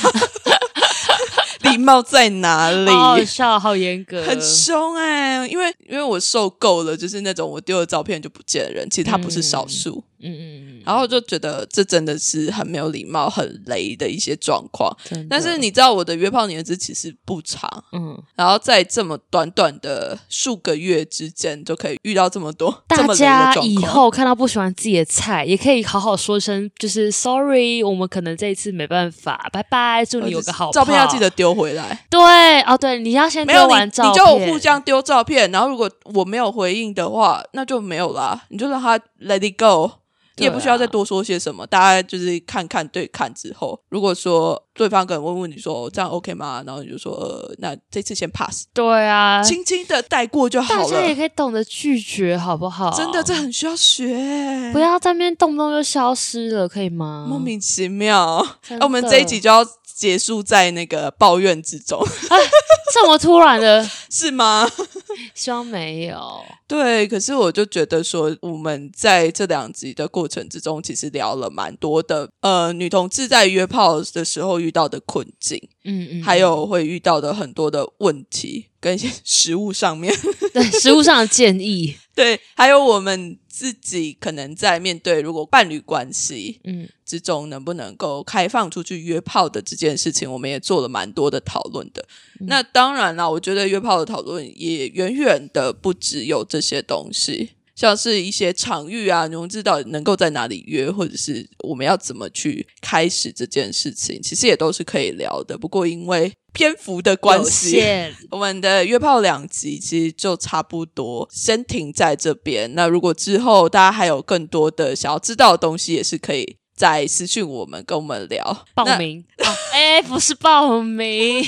[SPEAKER 2] 礼貌在哪
[SPEAKER 1] 嗯
[SPEAKER 2] 里？
[SPEAKER 1] 好好笑，好严格，
[SPEAKER 2] 很凶哎、因为因为我受够了，就是那种我丢了照片就不见的人，其实他不是少数。
[SPEAKER 1] 嗯嗯嗯，
[SPEAKER 2] 然后就觉得这真的是很没有礼貌、很雷的一些状况。
[SPEAKER 1] 真的
[SPEAKER 2] 但是你知道我的约炮年资其实不长，
[SPEAKER 1] 嗯，
[SPEAKER 2] 然后在这么短短的数个月之间，就可以遇到这么多这
[SPEAKER 1] 大
[SPEAKER 2] 么雷
[SPEAKER 1] 家
[SPEAKER 2] 的状
[SPEAKER 1] 以
[SPEAKER 2] 况。
[SPEAKER 1] 后看到不喜欢自己的菜，也可以好好说声，就是 sorry，我们可能这一次没办法，拜拜，祝你有个好炮
[SPEAKER 2] 哦照片要记得。丢回来，
[SPEAKER 1] 对，哦对，你要先
[SPEAKER 2] 没有
[SPEAKER 1] 丢
[SPEAKER 2] 你
[SPEAKER 1] 完照片，
[SPEAKER 2] 你叫我互相丢照片，然后如果我没有回应的话，那就没有啦，你就让他 let it
[SPEAKER 1] 啊
[SPEAKER 2] go，、你也不需要再多说些什么，大家就是看看对看之后，如果说对方可能会问你说哦这样 OK 吗？然后你就说呃，那这次先 pass，
[SPEAKER 1] 对啊，
[SPEAKER 2] 轻轻的带过就
[SPEAKER 1] 大
[SPEAKER 2] 好
[SPEAKER 1] 家也
[SPEAKER 2] 了。
[SPEAKER 1] 可以懂得拒绝，好不好？
[SPEAKER 2] 真的，这很需要学，
[SPEAKER 1] 不要在那边动不动就消失了，可以吗？
[SPEAKER 2] 莫名其妙。
[SPEAKER 1] 真
[SPEAKER 2] 哎
[SPEAKER 1] 的，
[SPEAKER 2] 我们这一集就要结束在那个抱怨之中，
[SPEAKER 1] 这么突然的，
[SPEAKER 2] 是吗？
[SPEAKER 1] 希望没有。
[SPEAKER 2] 对，可是我就觉得说，我们在这两集的过程之中，其实聊了蛮多的，呃，女同志在约炮的时候遇到的困境，
[SPEAKER 1] 嗯嗯，
[SPEAKER 2] 还有会遇到的很多的问题，跟一些 食物上面，
[SPEAKER 1] 对食物上的建议，
[SPEAKER 2] 对，还有我们自己可能在面对如果伴侣关系
[SPEAKER 1] 嗯，
[SPEAKER 2] 之中能不能够开放出去约炮的这件事情，我们也做了蛮多的讨论的。
[SPEAKER 1] 嗯
[SPEAKER 2] 那当然啦，我觉得约炮的讨论也远远的不只有这些东西，像是一些场域啊，融资到底能够在哪里约，或者是我们要怎么去开始这件事情，其实也都是可以聊的。不过因为篇幅的 关
[SPEAKER 1] 有
[SPEAKER 2] 系，
[SPEAKER 1] 限
[SPEAKER 2] 我们的约炮两集其实就差不多，先停在这边。那如果之后大家还有更多的想要知道的东西，也是可以再私讯我们，跟我们聊。
[SPEAKER 1] 报
[SPEAKER 2] 那
[SPEAKER 1] 名，哦哎、不是报名，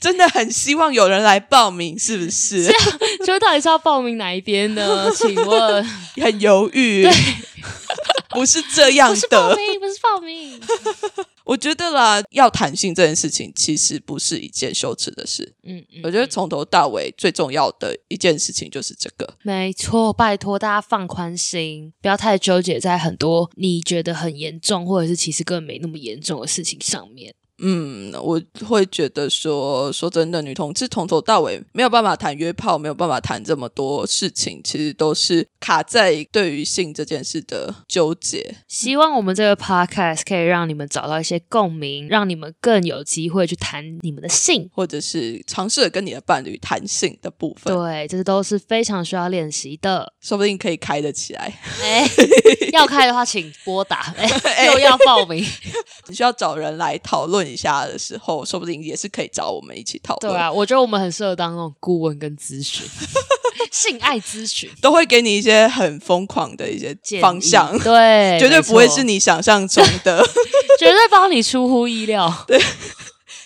[SPEAKER 2] 真的很希望有人来报名，是不是？
[SPEAKER 1] 就到底是要报名哪一边呢？请 问
[SPEAKER 2] 很犹豫， 不是这样
[SPEAKER 1] 不是报
[SPEAKER 2] 的。
[SPEAKER 1] 名，不是报名。
[SPEAKER 2] 我觉得啦，要弹性这件事情其实不是一件羞耻的事。
[SPEAKER 1] 嗯，嗯
[SPEAKER 2] 我觉得从头到尾最重要的一件事情就是这个。
[SPEAKER 1] 没错，拜托大家放宽心，不要太纠结在很多你觉得很严重，或者是其实根本没那么严重的事情上面。
[SPEAKER 2] 嗯，我会觉得说，说真的，女同志从头到尾没有办法谈约炮，没有办法谈这么多事情，其实都是卡在对于性这件事的纠结。
[SPEAKER 1] 希望我们这个 podcast 可以让你们找到一些共鸣，让你们更有机会去谈你们的性。
[SPEAKER 2] 或者是尝试着跟你的伴侣谈性的部分，
[SPEAKER 1] 对，这都是非常需要练习 的。
[SPEAKER 2] 说不定可以开得起来。
[SPEAKER 1] 哎，要开的话请拨打，哎，
[SPEAKER 2] 哎
[SPEAKER 1] 又要报名。
[SPEAKER 2] 你需要找人来讨论一下的时候，说不定也是可以找我们一起讨
[SPEAKER 1] 对
[SPEAKER 2] 论。
[SPEAKER 1] 啊，我觉得我们很适合当那种顾问跟咨 询，性爱咨询
[SPEAKER 2] 都会给你一些很疯狂的一些
[SPEAKER 1] 建议
[SPEAKER 2] 方向，
[SPEAKER 1] 对，
[SPEAKER 2] 绝对
[SPEAKER 1] 没错
[SPEAKER 2] 不会是，你想象中 的。
[SPEAKER 1] 绝对帮你出乎意料。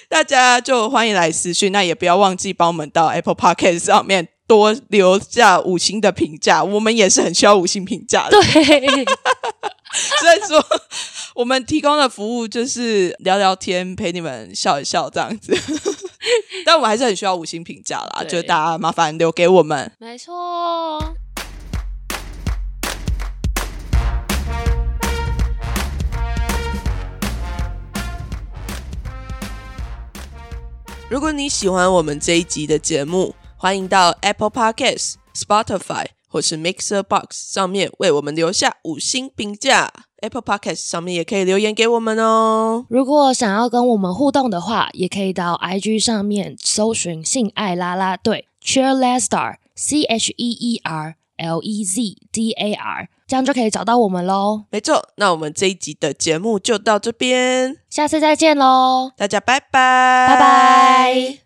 [SPEAKER 2] 大家就欢迎来私讯，那也不要忘记帮我们到 Apple Podcast 上面多留下五星的评价，我们也是很需要五星评价的。
[SPEAKER 1] 对，
[SPEAKER 2] 所以说，我们提供的服务就是聊聊天，陪你们笑一笑这样子。但我们还是很需要五星评价啦，
[SPEAKER 1] 对
[SPEAKER 2] 就大家麻烦留给我们。
[SPEAKER 1] 没错。
[SPEAKER 2] 如果你喜欢我们这一集的节目，欢迎到 Apple Podcasts、Spotify 或是 Mixer Box 上面为我们留下五星评价。Apple Podcasts 上面也可以留言给我们哦。
[SPEAKER 1] 如果想要跟我们互动的话，也可以到 IG 上面搜寻“性爱啦啦队 ”（Cheerleader C H E E R L E Z D A R），这样就可以找到我们喽。
[SPEAKER 2] 没错，那我们这一集的节目就到这边，
[SPEAKER 1] 下次再见喽，
[SPEAKER 2] 大家拜拜，
[SPEAKER 1] 拜拜。